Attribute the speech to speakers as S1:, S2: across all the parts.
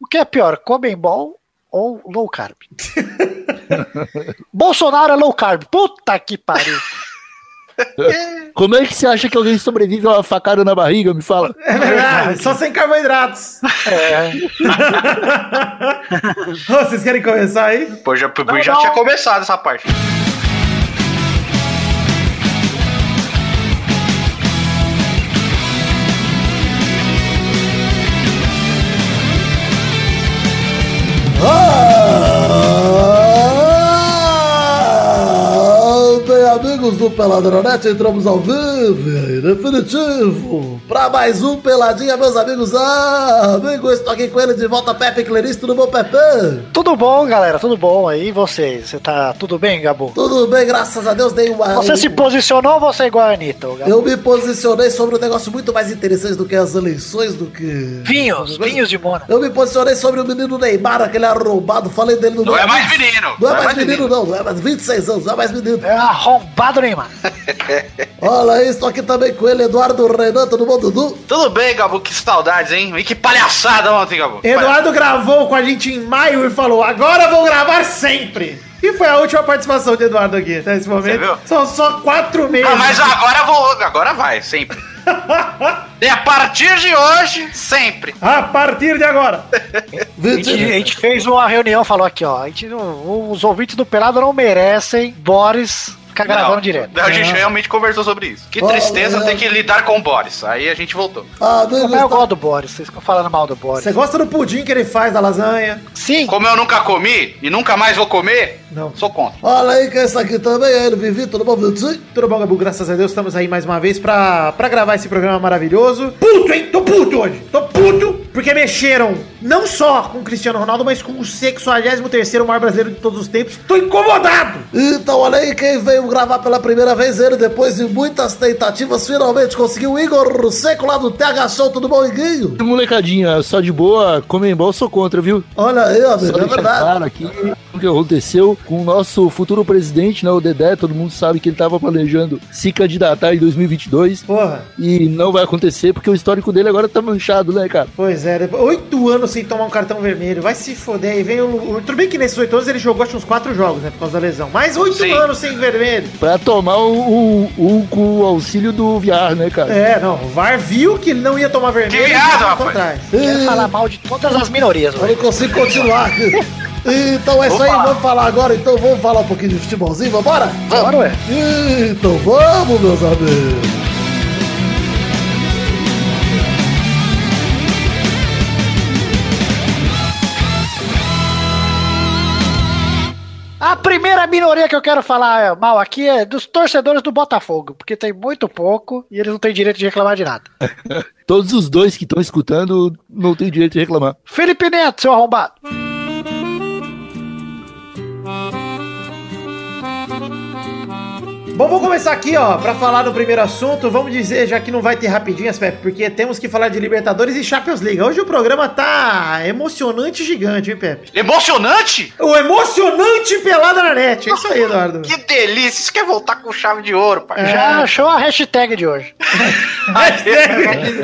S1: O que é pior, comem bol ou low carb? Bolsonaro é low carb. Puta que pariu.
S2: Como é que você acha que alguém sobrevive a uma facada na barriga? Me fala.
S3: É verdade, só sem carboidratos. Ô, Vocês querem começar aí?
S4: Pô, já,
S1: Não,
S4: já
S1: não.
S4: tinha começado essa parte.
S2: Ah, Bem, amigos do Peladronete, entramos ao vivo, em definitivo, pra mais um Peladinha, meus amigos. Ah, amigo, estou aqui com ele de volta, Pepe Cleris, tudo bom, Pepe?
S1: Tudo bom, galera? Tudo bom aí? E você? Você tá tudo bem, Gabu?
S2: Tudo bem, graças a Deus, dei uma...
S1: Você se posicionou ou você é igual a Anitta, ô, Gabu?
S2: Eu me posicionei sobre um negócio muito mais interessante do que as eleições, do que...
S1: Vinhos, vinhos de Mona.
S2: Eu me posicionei sobre o menino Neymar, aquele arrombado, falei dele no...
S4: Não é mais menino.
S2: Não é mais menino, não, não é mais 26 anos, não é mais menino.
S1: É arrombado Neymar.
S2: Olha aí, estou aqui também com ele, Eduardo Renan, tudo bom, Dudu?
S4: Tudo bem, Gabu, que saudades, hein? E que palhaçada ontem, Gabu.
S3: Eduardo gravou com a gente em maio e falou: agora vou gravar sempre. E foi a última participação de Eduardo aqui até esse momento.
S4: viu?
S3: São só quatro meses.
S4: Ah, mas agora eu vou. Agora vai, sempre. e a partir de hoje, sempre.
S3: A partir de agora.
S1: A gente, a gente fez uma reunião, falou aqui, ó. A gente, não- os ouvintes do Pelado não merecem Boris ficar gravando
S4: Não,
S1: direto.
S4: A gente realmente conversou sobre isso. Que
S2: Olha.
S4: tristeza ter que lidar com o Boris. Aí a gente voltou.
S2: Ah,
S1: Mas
S2: amigo,
S1: é eu
S2: está...
S1: gosto do Boris, vocês ficam falando mal do Boris.
S3: Você gosta do pudim que ele faz da lasanha?
S1: Sim,
S4: Como eu nunca comi e nunca mais vou comer,
S3: Não.
S4: sou contra.
S2: Olha aí quem está aqui também, é ele, Vivi, tudo bom, Vivi?
S3: Tudo bom, Gabu? Graças a Deus, estamos aí mais uma vez pra, pra gravar esse programa maravilhoso. Puto, hein? Tô puto hoje. Tô puto porque mexeram não só com o Cristiano Ronaldo, mas com o 63º maior brasileiro de todos os tempos. Tô incomodado!
S2: Então, olha aí quem veio gravar pela primeira vez, ele, depois de muitas tentativas, finalmente conseguiu o Igor Seco lá do TH Show, tudo bom, Iguinho?
S5: Molecadinha, só de boa, Comembol, sou contra, viu?
S2: Olha aí,
S5: Só
S2: amigo, é
S5: deixar
S2: verdade.
S5: claro aqui o que aconteceu com o nosso futuro presidente, né, o Dedé, todo mundo sabe que ele tava planejando se candidatar em 2022
S3: Porra,
S5: e não vai acontecer porque o histórico dele agora tá manchado, né, cara?
S3: pois é. depois- Oito anos sem tomar um cartão vermelho. Vai se foder. aí vem o... Lu- Tudo bem que nesses oito anos ele jogou acho uns quatro jogos, né? Por causa da lesão. Mas oito
S4: Sim.
S3: anos sem vermelho.
S5: Pra tomar o, o, o, com o auxílio do VR, né, cara?
S3: É, não. O VAR viu que ele não ia tomar vermelho. e
S4: viado,
S3: voltou
S4: rapaz.
S3: atrás.
S1: quer falar mal de todas as minorias,
S2: Eu
S1: velho.
S2: não consigo continuar aqui. Então é isso aí,
S4: Opa.
S2: vamos falar agora, então vamos falar um pouquinho de futebolzinho, vambora?
S1: Agora, ué.
S2: Então vamos, meus amigos.
S1: A primeira minoria que eu quero falar é, mal aqui é dos torcedores do Botafogo, porque tem muito pouco e eles não têm direito de reclamar de nada.
S5: Todos os dois que estão escutando não tem direito de reclamar.
S1: Felipe Neto, seu arrombado.
S3: Bom, vou começar aqui, ó, pra falar do primeiro assunto. Vamos dizer, já que não vai ter rapidinhas, Pepe, porque temos que falar de Libertadores e Champions League. Hoje o programa tá emocionante e gigante, hein, Pepe?
S4: Emocionante?
S3: O emocionante pelada na net. É isso aí, Eduardo.
S4: Que delícia. Isso quer voltar com chave de ouro, pai.
S1: Já achou a hashtag de hoje.
S4: Hashtag.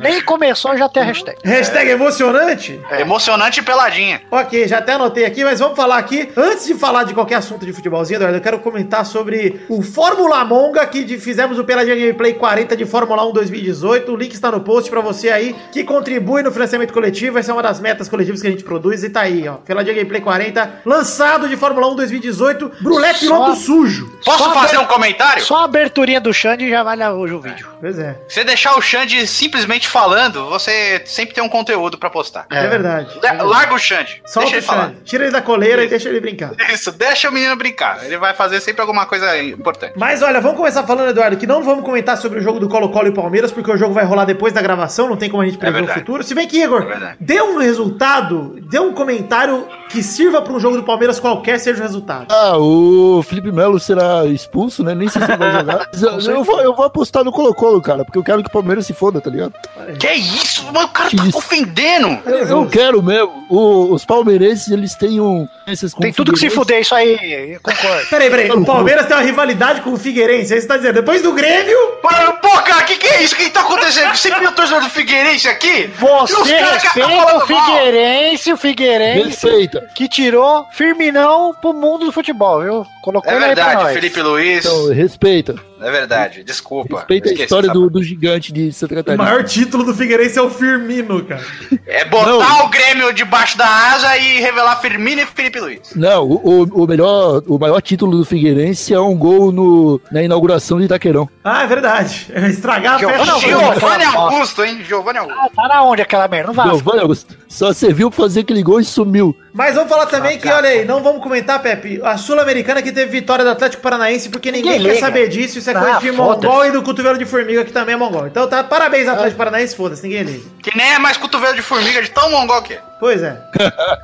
S1: Nem começou, já tem a hashtag.
S3: Hashtag emocionante?
S4: É. Emocionante e peladinha.
S3: Ok, já até anotei aqui, mas vamos falar aqui. Antes de falar de qualquer assunto de futebolzinho, Eduardo, eu quero comentar sobre o Fórmula Monga que de- fizemos o Peladinha Gameplay 40 de Fórmula 1 2018. O link está no post pra você aí que contribui no financiamento coletivo. Essa é uma das metas coletivas que a gente produz e tá aí, ó. Peladinha Gameplay 40, lançado de Fórmula 1 2018. Brulé
S1: Só-
S3: piloto sujo.
S4: Posso
S1: Só
S4: fazer
S1: a-
S4: um comentário?
S1: Só a aberturinha do Xande já vale hoje o vídeo.
S3: Pois é,
S4: Você deixar o Xande simplesmente falando, você sempre tem um conteúdo pra postar.
S3: é, verdade.
S4: Le- Larga o Xande.
S3: Solta
S4: deixa ele
S3: o
S4: falar.
S3: Xande, tira ele da coleira e deixa ele brincar.
S4: Isso, deixa o menino brincar. Ele vai fazer sempre alguma coisa importante.
S3: Mas olha, vamos começar falando, Eduardo, que não vamos comentar sobre o jogo do Colo-Colo e Palmeiras, porque o jogo vai rolar depois da gravação, não tem como a gente prever o
S4: É verdade.
S3: futuro. Se bem que, Igor,
S4: É verdade.
S3: dê um resultado, dê um comentário que sirva para um jogo do Palmeiras, qualquer seja o resultado.
S5: Ah, o Felipe Melo será expulso, né? Nem sei se ele vai jogar. Mas eu- eu, vou, eu vou apostar no Colo-Colo, cara, porque eu quero que o Palmeiras se foda, tá ligado?
S4: Que isso? Mas o cara
S5: Que
S4: tá
S5: isso?
S4: ofendendo.
S5: Eu, eu quero mesmo. O- os palmeirenses, eles têm um. esses
S1: Tem tudo que se
S5: configurantes-
S1: fuder, isso aí, eu concordo.
S3: Peraí, peraí, o Palmeiras tem uma rivalidade com o Figueirense, aí você tá dizendo, depois do Grêmio...
S4: Mano, pô, cara, que que é isso? O que tá acontecendo? Sempre o torcedor do Figueirense aqui? E os
S1: Você
S4: caras que tá
S1: respeita o
S4: falando mal.
S1: Figueirense Vence o Figueirense,
S5: Respeita.
S1: que tirou Firminão pro mundo do futebol, viu? Colocou
S4: É
S1: ele aí pra
S4: verdade,
S1: nós.
S4: Felipe Luiz.
S5: Então, respeita.
S4: É verdade, desculpa.
S5: Respeita a
S4: Esqueci
S5: história
S4: essa-
S5: do, do gigante de Santa
S3: O
S5: Catarina.
S3: maior título do Figueirense é o Firmino, cara.
S4: É botar
S5: Não.
S4: o Grêmio debaixo da asa e revelar Firmino e Felipe Luiz.
S5: Não, o, o- o melhor, o maior título do Figueirense é um gol no, na inauguração de Itaquerão.
S3: Ah, é verdade. É Estragar a festa.
S1: Gil.
S4: Giovanni Augusto, hein? Giovanni Augusto.
S1: Tá na onde aquela merda? No Vasco.
S5: Giovanni Augusto só serviu pra fazer aquele gol e sumiu.
S3: Mas vamos falar também que, olha aí, não vamos comentar, Pepe, a Sul-Americana que teve vitória do Atlético Paranaense, porque ninguém,
S1: Ninguém
S3: quer
S1: liga.
S3: saber disso, isso é
S1: Ah,
S3: coisa de
S1: foda-se.
S3: mongol e do cotovelo de formiga, que também é mongol. Então tá, parabéns Atlético Paranaense, foda-se, ninguém liga.
S4: Que nem é mais cotovelo de formiga de tão mongol que é.
S3: Pois é.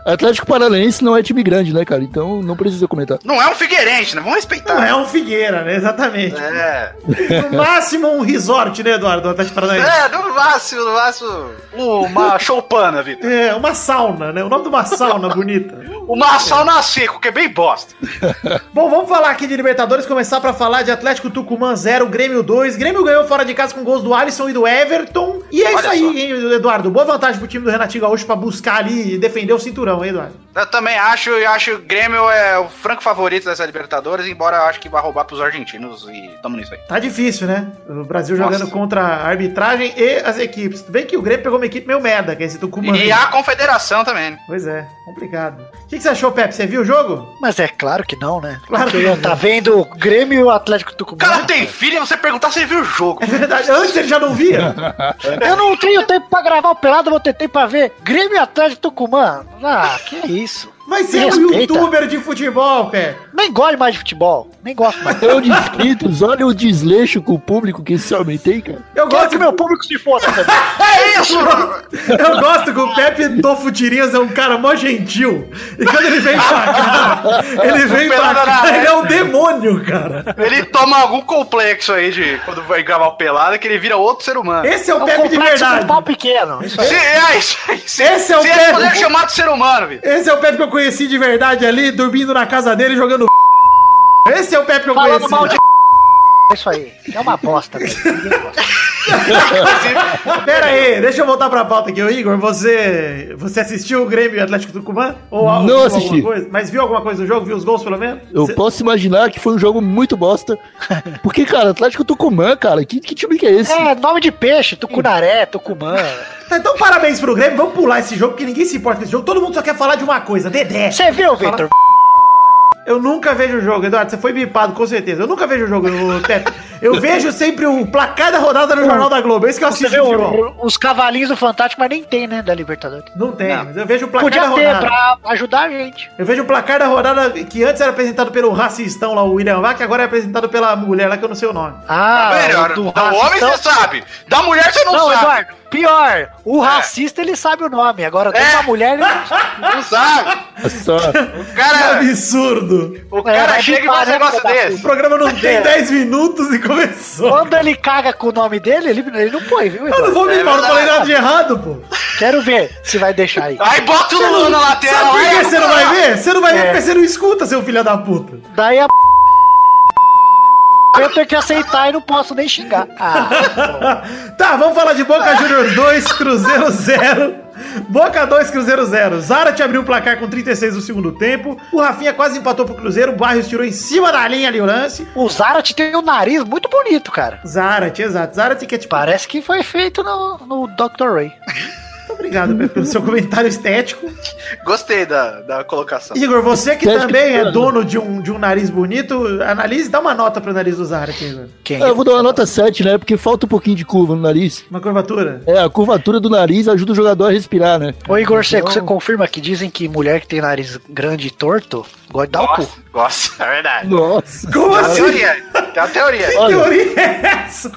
S5: Atlético Paranaense não é time grande, né, cara? Então não precisa comentar.
S4: Não é um Figueirense, né? Vamos
S3: Não
S4: respeitar.
S3: é um Figueira, né? Exatamente.
S4: É.
S3: No máximo um resort, né, Eduardo, do Atlético Paranaense.
S4: É, no máximo, no máximo. Uma choupana, Vitor.
S3: É, uma sauna, né? O nome de uma sauna bonita.
S4: Uma sauna seco, que é bem bosta.
S3: Bom, vamos falar aqui de Libertadores, começar pra falar de Atlético Tucumã 0, Grêmio 2. Grêmio ganhou fora de casa com gols do Alisson e do Everton. E é
S4: Olha
S3: isso aí,
S4: só.
S3: hein, Eduardo. Boa vantagem pro time do Renatinho Gaúcho pra buscar ali e defender o cinturão, hein, Eduardo?
S4: Eu também acho, eu acho que o Grêmio é o franco favorito dessa Libertadores, embora eu acho que vai roubar pros argentinos e tamo nisso aí.
S3: Tá difícil, né? O Brasil
S4: Nossa.
S3: jogando contra a arbitragem e as equipes. Tudo bem que o Grêmio pegou uma equipe meio merda, que é esse Tucumã.
S4: E a confederação também, né?
S3: Pois é, complicado. O que, que você achou, Pepe? Você viu o jogo?
S1: Mas é claro que não, né?
S3: Claro que
S1: Porque
S3: não.
S1: Tá vendo o Grêmio e o Atlético
S4: O
S1: Tucumã?
S4: cara tem filho e você perguntar se ele viu o jogo.
S3: É verdade, antes ele já não via.
S1: Eu não tenho tempo pra gravar o pelado, eu vou ter tempo pra ver Grêmio e Atlético Tucumã. Ah, que isso.
S3: Mas
S1: Me
S3: você é um
S1: respeita.
S3: youtuber de futebol, Pepe.
S1: Nem gosto mais de futebol, nem gosto mais.
S5: Então, de inscritos, olha o desleixo com o público que esse homem tem, cara.
S3: Eu
S1: Quero
S3: gosto
S1: que meu público se fosse também.
S4: É isso, mano!
S3: Eu gosto que o Pepe do Futirinhas é um cara mó gentil. E quando ele vem pra cá, ele vem pra
S4: Pelada na
S3: cá, ele
S4: reta.
S3: é um demônio, cara.
S4: Ele toma algum complexo aí de quando vai gravar o pelado, que ele vira outro ser humano.
S3: Esse é o
S1: É um
S3: Pepe de
S1: complexo de
S3: verdade.
S1: um pau pequeno. Isso
S4: Se, é isso aí. Se,
S3: Esse é o
S4: se
S3: Pedro.
S4: ele puder chamar de ser humano, Vitor.
S3: Esse é o Pepe que eu conheci de verdade ali, dormindo na casa dele, jogando Esse é o Pepe que eu
S1: Falando
S3: conheci.
S1: mal de. É isso aí. É uma bosta, velho. Ninguém gosta.
S3: Pera aí, deixa eu voltar pra pauta aqui. Ô, Igor, você, você assistiu o Grêmio e Atlético Tucumã? Ou algo-
S5: Não
S3: viu
S5: assisti.
S3: alguma coisa? Mas viu alguma coisa do jogo? Viu os gols, pelo menos?
S5: Eu
S3: Cê-
S5: posso imaginar que foi um jogo muito bosta. Porque, cara, Atlético Tucumã, cara, que, que time que é esse?
S1: É, nome de peixe, tucunaré, tucumã.
S3: Tá, Então, parabéns pro Grêmio. Vamos pular esse jogo, porque ninguém se importa com esse jogo. Todo mundo só quer falar de uma coisa: Dedé.
S1: Você viu, Vitor?
S3: Eu nunca vejo o jogo, Eduardo. Você foi bipado, com certeza. Eu nunca vejo o jogo, ô, Pepe. Eu vejo sempre o placar da rodada no Jornal da Globo. É isso que eu
S1: Você
S3: assisto
S1: viu
S3: de futebol.
S1: o- os cavalinhos do Fantástico, mas nem tem, né, da Libertadores.
S3: Não tem,
S4: Não.
S3: mas eu vejo o placar da
S1: Podia ter,
S3: rodada.
S1: pra ajudar a gente.
S3: Eu vejo o placar da rodada que antes era apresentado pelo racistão lá, o William Vac, agora é apresentado pela mulher lá que eu não sei o nome.
S1: Ah,
S4: Tá Melhor.
S1: do então,
S4: Do
S1: racistão-
S4: homem tá você sabe. Da mulher você não,
S1: Não,
S4: sabe.
S1: Eduardo, pior. O
S4: É.
S1: racista, ele sabe o nome. Agora, tem
S4: É.
S1: uma mulher, ele não sabe.
S4: Não sabe.
S5: Olha Só,
S4: O cara,
S3: absurdo!
S4: o cara
S1: É,
S4: chega e faz um
S1: vai
S3: né,
S4: negócio
S1: parar,
S3: O
S4: desse.
S3: programa não tem 10 minutos e começou.
S1: Quando ele caga com o nome dele, ele, ele não põe, viu,
S3: Eu não
S1: Eduardo?
S3: vou
S4: É
S3: me mal, não
S4: verdade.
S3: falei nada de errado, pô.
S1: Quero ver se vai deixar aí.
S4: Aí bota o Lula na lateral. é,
S3: Sabe por que
S4: aí,
S3: você não vai ver? Você não vai ver
S1: É.
S3: porque você não escuta, seu filho da puta.
S1: Daí a... Eu tenho que aceitar e não posso nem xingar. Ah,
S3: tá, vamos falar de Boca Juniors 2, Cruzeiro 0. Boca 2, Cruzeiro 0. Zarate abriu o placar com 36 do segundo tempo. O Rafinha quase empatou pro Cruzeiro. O Barrios tirou em cima da linha ali o lance.
S1: o Zarat tem um nariz muito bonito, cara.
S3: Zarate, exato. Zarate que é tipo.
S1: Parece que foi feito no, no Dr. Ray.
S3: Muito obrigado Pepe, pelo seu comentário estético.
S4: Gostei da, da colocação.
S3: Igor, você que
S5: Estético
S3: também é
S5: plano.
S3: dono de um, de um nariz bonito, analise, dá uma nota pro nariz do Zarate, Igor.
S1: Quem?
S5: É,
S1: é?
S5: eu vou dar uma nota 7, né? Porque falta um pouquinho de curva no nariz.
S3: Uma curvatura.
S5: É, a curvatura do nariz ajuda o jogador a respirar, né?
S1: Ô Igor Seco, você confirma que dizem que mulher que tem nariz grande e torto gosta de dar o cu.
S4: Gosto, gosto, é verdade.
S5: Nossa.
S3: Como
S4: Tem a
S3: assim?
S4: teoria. Tem a teoria.
S3: Que
S5: Olha.
S3: teoria é essa?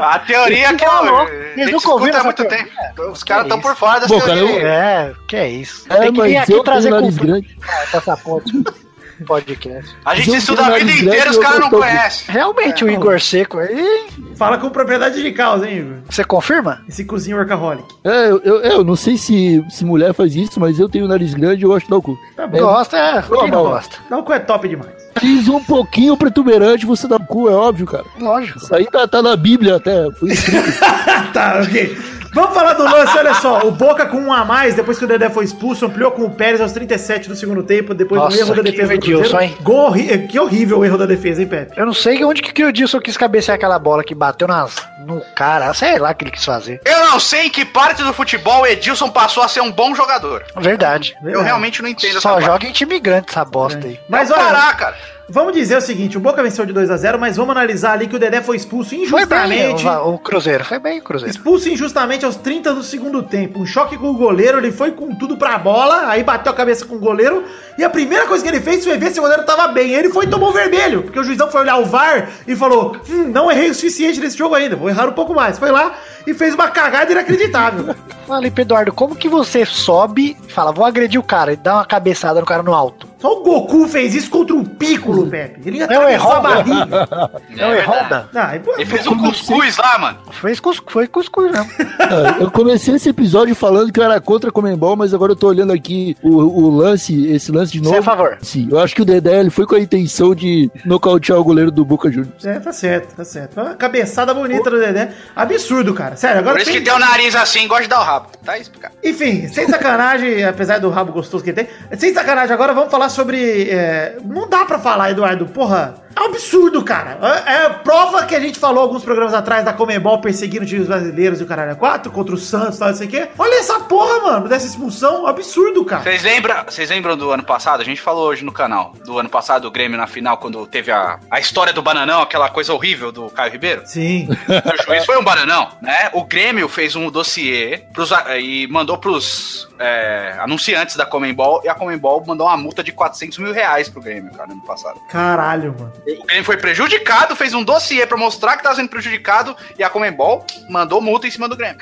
S4: A teoria é que
S1: Tá
S4: eu,
S1: louco.
S4: a
S1: Eles
S4: gente
S1: nunca ouviram
S4: escuta há
S1: essa
S4: muito
S1: teoria.
S4: tempo. Os caras
S1: que
S4: estão
S1: isso.
S4: por fora das
S5: Bom, cara,
S4: teorias.
S1: É, que é isso.
S5: É,
S1: tem que vir
S5: mas
S1: aqui
S5: eu
S1: trazer
S5: tenho nariz
S1: cultura
S5: grande.
S1: pra essa porra de podcast. É,
S4: A gente
S5: Gente,
S4: estuda
S5: tem
S4: a
S5: nariz
S4: vida
S5: grande,
S4: inteira, os
S5: eu
S4: caras não
S5: tô-
S4: conhecem.
S1: Realmente, o Igor Seco aí.
S3: Fala com propriedade de causa, hein, Igor?
S1: Você confirma?
S3: Esse cozinho workaholic.
S5: É, eu, eu, eu não sei se, se mulher faz isso, mas eu tenho nariz grande e eu gosto de dar o cu.
S3: Tá bom.
S1: Gosta, é. Quem não
S5: Normal.
S1: gosta?
S3: Não, que é top demais.
S5: Fiz um pouquinho protuberante, você dá o cu, é óbvio, cara.
S1: Lógico.
S5: Isso aí tá, tá na Bíblia até. Foi escrito.
S3: tá, ok. Vamos falar do lance, olha só. O Boca com um a mais, depois que o Dedé foi expulso, ampliou com o Pérez aos 37 do segundo tempo, depois do
S1: Nossa,
S3: erro da
S1: que
S3: defesa do
S1: Edilson, hein?
S3: Cruzeiro. Gol horri- eh, Que horrível o erro da defesa, hein, Pepe?
S1: Eu não sei onde que o Dilson quis cabecear aquela bola que bateu nas, no cara. Sei lá o que ele quis fazer.
S4: Eu não sei em que parte do futebol o Edilson passou a ser um bom jogador.
S1: Verdade.
S4: Eu realmente não entendo
S1: Só
S4: essa parte.
S1: joga em time grande essa bosta aí.
S3: É. Mas
S4: É o
S3: olha,
S4: Pará, cara.
S3: vamos dizer o seguinte, o Boca venceu de 2 a 0 mas vamos analisar ali que o Dedé foi expulso
S1: Foi bem
S3: injustamente.
S1: o, o Cruzeiro, foi bem o Cruzeiro.
S3: Expulso injustamente aos 30 do segundo tempo. Um choque com o goleiro, ele foi com tudo pra bola, aí bateu a cabeça com o goleiro. E a primeira coisa que ele fez foi ver se o goleiro tava bem. Ele foi e tomou o vermelho, porque o juizão foi olhar o VAR e falou: Hum, não errei o suficiente nesse jogo ainda, vou errar um pouco mais. Foi lá e fez uma cagada inacreditável.
S1: Falei pro Eduardo, como que você sobe e fala, vou agredir o cara e dá uma cabeçada no cara no alto?
S3: Só o Goku fez isso contra o Piccolo, Pepe. Ele
S1: errou.
S3: a barriga.
S1: Não, é roda.
S3: Ah, e, pô,
S4: Ele fez um
S5: Como assim?
S4: cuscuz lá, mano.
S1: Fez cus, foi cuscuz mesmo.
S5: Ah, Eu comecei esse episódio falando que eu era contra a Comembol, mas agora eu tô olhando aqui o, o lance, esse lance de
S1: Você
S5: novo.
S1: é a favor.
S5: Sim, eu acho que o Dedé ele foi com a intenção de nocautear o goleiro do Boca Juniors.
S3: É, tá certo, tá certo. Foi Uma cabeçada bonita do Dedé. Absurdo, cara. Sério, agora
S4: Por isso
S3: tem-
S4: que tem o nariz assim, gosta de dar o rabo. Tá explicado.
S3: Enfim, sem sacanagem, apesar do rabo gostoso que ele tem. Sem sacanagem, agora vamos falar sobre. é, não dá pra falar, Eduardo. Porra, é um absurdo, cara. É, é prova que a gente falou alguns programas atrás da Comembol perseguindo times brasileiros e o caralho 4 contra o Santos e tal, não sei o quê. Olha essa porra, mano, dessa expulsão. um Absurdo, cara.
S4: Vocês lembram, vocês lembram do ano passado? A gente falou hoje no canal. Do ano passado, o Grêmio na final, quando teve a, a história do bananão, aquela coisa horrível do Caio Ribeiro.
S3: Sim.
S4: O juiz foi um bananão, né? O Grêmio fez um dossiê pros, a- e mandou pros é, anunciantes da Comembol e a Comembol mandou uma multa de 400 mil reais pro Grêmio, cara, no ano passado.
S3: Caralho, mano.
S4: O Grêmio foi prejudicado, fez um dossiê pra mostrar que tava sendo prejudicado e a Comembol mandou multa em cima do Grêmio.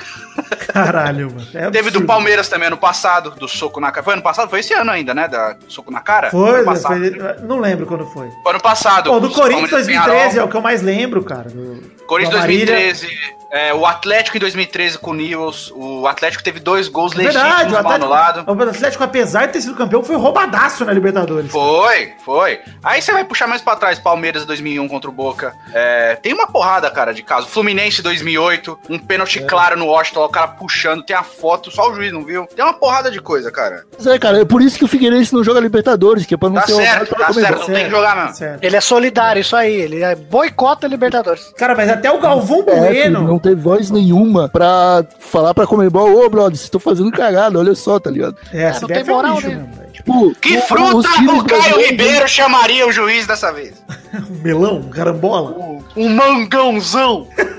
S3: Caralho, mano. É
S4: Teve do
S3: absurdo.
S4: Palmeiras também ano passado, do soco na cara. Foi ano passado? Foi esse ano ainda, né? Da do soco na cara?
S3: Foi,
S4: ano passado.
S3: foi- não lembro quando foi.
S4: Foi ano passado.
S3: Pô, do
S4: Os
S3: Corinthians
S4: Palmeiras
S3: 2013 é
S4: ganharam.
S3: o que eu mais lembro, cara. do-
S4: Corinthians
S3: do Amarília.
S4: 2013. é, o Atlético em 2013 com o Nils. O Atlético teve dois gols
S3: É Verdade,
S4: legítimos
S3: o
S4: mal
S3: Atlético,
S4: anulados.
S3: o Atlético, apesar de ter sido campeão, foi roubadaço na Libertadores.
S4: Foi, foi. Aí você vai puxar mais pra trás, Palmeiras 2001 contra o Boca. É, tem uma porrada, cara, de caso. Fluminense 2008, um
S3: É.
S4: pênalti claro no Washington, lá, o cara puxando, tem a foto, só o juiz não viu. Tem uma porrada de coisa, cara.
S5: Mas é, cara, é por isso que o Figueirense não joga Libertadores, que é pra não
S4: Tá
S5: ser
S4: certo,
S5: pela
S4: tá
S5: Comembol.
S4: certo, não tem que jogar mesmo.
S3: Certo.
S1: Ele é solidário, isso aí. Ele é boicota a Libertadores.
S3: Cara, mas até o Galvão
S5: É, filho,
S3: Bueno.
S5: não teve voz nenhuma pra falar pra Comembol, ô brother, vocês estão fazendo cagada, olha só, tá ligado?
S3: É,
S1: não
S3: se
S1: tem
S3: der, foi um
S1: moral,
S3: lixo
S1: né?
S3: mesmo, velho.
S5: Tipo,
S4: Que
S5: o-
S4: fruta
S5: times
S4: o Caio
S5: brasileiros-
S4: Ribeiro chamaria o juiz dessa vez?
S3: Um melão, um carambola.
S4: Um mangãozão! Você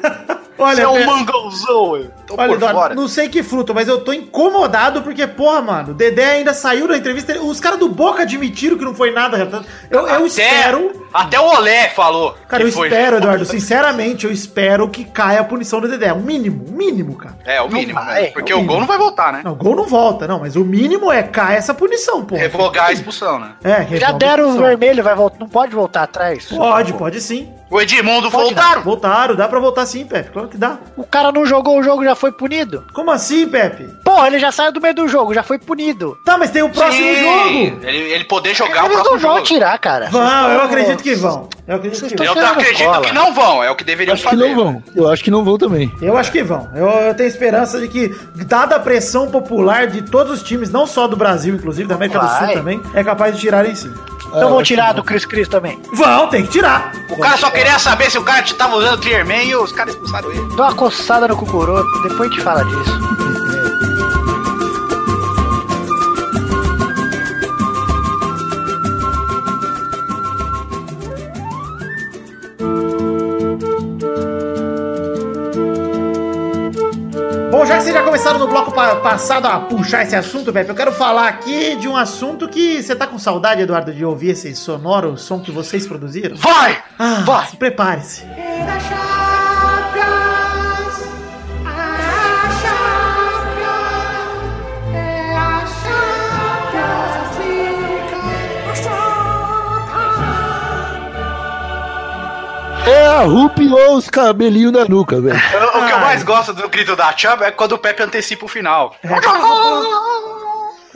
S3: Olha,
S4: é um
S3: Pe-
S4: mangãozão, eu. Tô
S3: olha
S4: por
S3: Eduardo,
S4: fora.
S3: não sei que fruto, mas eu tô incomodado porque, porra, mano, o Dedé ainda saiu da entrevista. ele- Os caras do Boca admitiram que não foi nada. Renato. Eu, eu
S4: Até-
S3: espero.
S4: Até o Olé falou.
S3: Cara, eu
S4: que foi.
S3: espero, Eduardo, sinceramente, eu espero que caia a punição do Dedé. O mínimo, o mínimo, cara.
S4: É, o mínimo,
S1: vai,
S4: né?
S1: é
S4: Porque
S3: o
S4: o gol
S3: mínimo.
S4: não vai voltar, né?
S3: Não, é gol não volta, não, mas o mínimo é cair essa punição, pô.
S4: Revogar a expulsão, né?
S3: É,
S1: Já
S3: revoga a
S1: deram o
S3: punição.
S1: vermelho, vai voltar, não pode voltar atrás.
S3: Pode, pode sim.
S4: O Edmundo
S3: Pode,
S4: voltaram.
S3: Voltaram, dá pra voltar sim, Pepe. Claro que dá.
S1: O cara não jogou o jogo, já foi punido.
S3: Como assim, Pepe?
S1: Porra, ele já saiu do meio do jogo, já foi punido.
S3: Tá, mas tem o próximo
S4: Sim,
S3: jogo.
S4: Ele, ele poder jogar o
S1: Eles não
S4: próximo
S1: vão
S4: jogo.
S1: tirar, cara.
S3: Vão, eu acredito que vão. Eu acredito que
S1: Vocês
S3: vão.
S4: Eu
S1: Tô cheirando
S4: acredito
S1: cola.
S4: que não vão, é o que deveriam
S5: Acho que
S4: fazer.
S5: não vão, eu acho que não vão também.
S3: Eu acho que vão. Eu, eu tenho esperança de que, dada a pressão popular de todos os times, não só do Brasil, inclusive, da América do Sul
S1: Vai.
S3: também, é capaz de tirarem sim.
S1: Então
S5: É,
S1: vão
S5: acho
S1: tirar do Cris Cris também.
S3: Vão, tem que tirar.
S4: O cara só queria saber se o cara tava usando o Trierman e os caras expulsaram ele.
S1: Dá uma coçada no cucurô, depois a gente fala disso.
S3: Bom, já que vocês já começaram no bloco pa- passado a puxar esse assunto, Pepe, eu quero falar aqui de um assunto que você tá com saudade, Eduardo, de ouvir esse sonoro, som que vocês produziram?
S4: Vai!
S3: Ah,
S4: Vai.
S3: se prepare-se.
S6: Pega Champions, a Champions, é a Champions League, a Champions.
S5: É a Rupi ou os cabelinhos da nuca, velho.
S4: O que eu
S3: Ai. É,
S4: mais gosto do grito da Champ é quando o Pepe antecipa o final.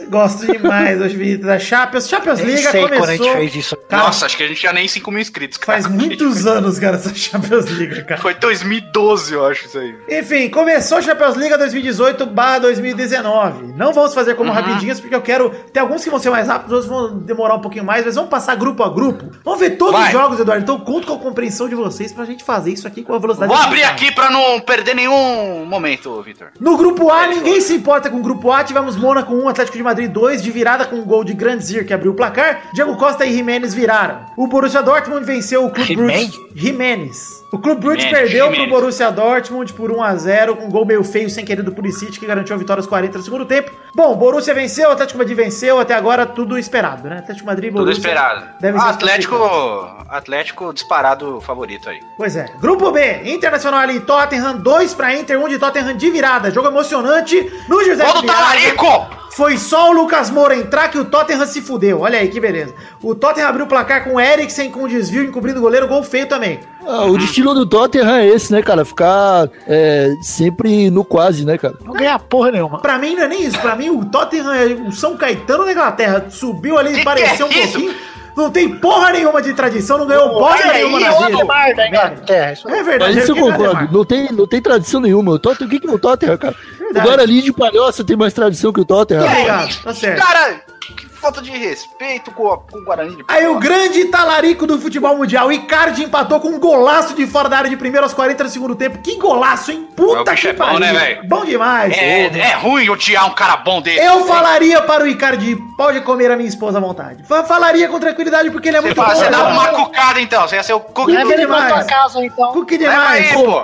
S3: Gosto demais hoje, Vitor, da Champions. Champions
S1: Nem
S3: League
S1: sei quando a gente
S3: começou.
S1: fez isso.
S3: Cara,
S4: Nossa, acho que a gente já nem 5 mil inscritos. cara.
S3: faz muitos anos, cara, essa Champions League, cara.
S4: Foi 2012, eu acho, isso aí.
S3: Enfim, começou a Champions League 2018 barra 2019. Não vamos fazer como
S4: Uhum.
S3: rapidinhas, porque eu quero. Tem alguns que vão ser mais rápidos, outros vão demorar um pouquinho mais, mas vamos passar grupo a grupo. Vamos ver todos
S4: Vai.
S3: os jogos, Eduardo. Então conto com a compreensão de vocês pra gente fazer isso aqui com a velocidade.
S4: Vou
S3: da
S4: abrir
S3: gente.
S4: aqui pra não perder nenhum momento, Vitor.
S3: No grupo A, ninguém se importa com o grupo A. Tivemos Mônaco 1, Atlético de Madrid 2, de virada com um gol de Grand Zir que abriu o placar. Diego Costa e Jimenez viraram. O Borussia Dortmund venceu o Clube
S1: Jimen-
S3: Brugge. Jimenez. O Clube Brugge
S4: Jimenez,
S3: perdeu pro
S4: Jimenez.
S3: Borussia Dortmund por 1 a 0 com um gol meio feio sem querer do Pulisic que garantiu a vitória aos 40 do segundo tempo. Bom, Borussia venceu, Atlético de Madrid venceu, até agora tudo esperado, né? Atlético de Madrid e
S4: Tudo
S3: Borussia
S4: esperado. Ah,
S3: devem se
S4: Atlético,
S3: classificar.
S4: Atlético disparado favorito aí.
S3: Pois é. Grupo B, Internacional e Tottenham 2 pra Inter, 1 de Tottenham de virada. Jogo emocionante no José
S4: Gol do
S3: Vieira.
S4: Talarico!
S3: Foi só o Lucas Moura entrar que o Tottenham se fudeu. Olha aí que beleza. O Tottenham abriu o placar com o Eriksen com um desvio encobrindo o goleiro, gol feio também.
S5: Ah, o destino do Tottenham é esse, né, cara? Ficar é, sempre no quase, né, cara?
S1: Não ganha porra nenhuma.
S3: Pra mim não é nem isso, pra mim o Tottenham é o São Caetano da Inglaterra. Subiu ali,
S4: Que
S3: pareceu
S4: que é
S3: um
S4: isso?
S3: pouquinho. Não tem porra nenhuma de tradição, não ganhou bosta
S4: olha aí,
S3: nenhuma na
S4: olha
S3: vida.
S1: Neymar da Inglaterra. Isso
S3: É
S5: Mas
S3: verdade,
S5: isso eu
S3: é verdade,
S5: concordo.
S3: Marcos.
S5: Não tem, não tem tradição nenhuma. O Tottenham, o que, que é o Tottenham, cara?
S3: Verdade.
S5: O Guarani de Palhoça tem mais tradição que o Tottenham.
S3: É.
S5: rapaz.
S3: Obrigado, tá certo.
S4: Cara, que falta de respeito com, a- com o Guarani de
S3: Aí o grande talarico do futebol mundial, Icardi empatou com um golaço de fora da área de primeiro aos 40 do segundo tempo. Que golaço, hein?
S4: Mas o
S3: Puta
S4: bicho
S3: que
S4: é bom,
S3: pariu.
S4: né, velho?
S3: bom demais.
S4: É,
S3: Porra.
S4: é ruim odiar um cara bom desse.
S3: né? Eu falaria para o Icardi, pode comer a minha esposa à vontade. Fa- Falaria com tranquilidade porque ele é
S4: Você,
S3: muito
S4: fala,
S3: bom.
S4: você dá
S3: cara.
S4: uma cucada então, você ia ser o cookie
S3: é
S1: Leva
S4: do
S1: ele pra
S3: demais.
S1: tua casa, então.
S3: Cookie
S4: Leva
S3: demais.
S4: aí, pô.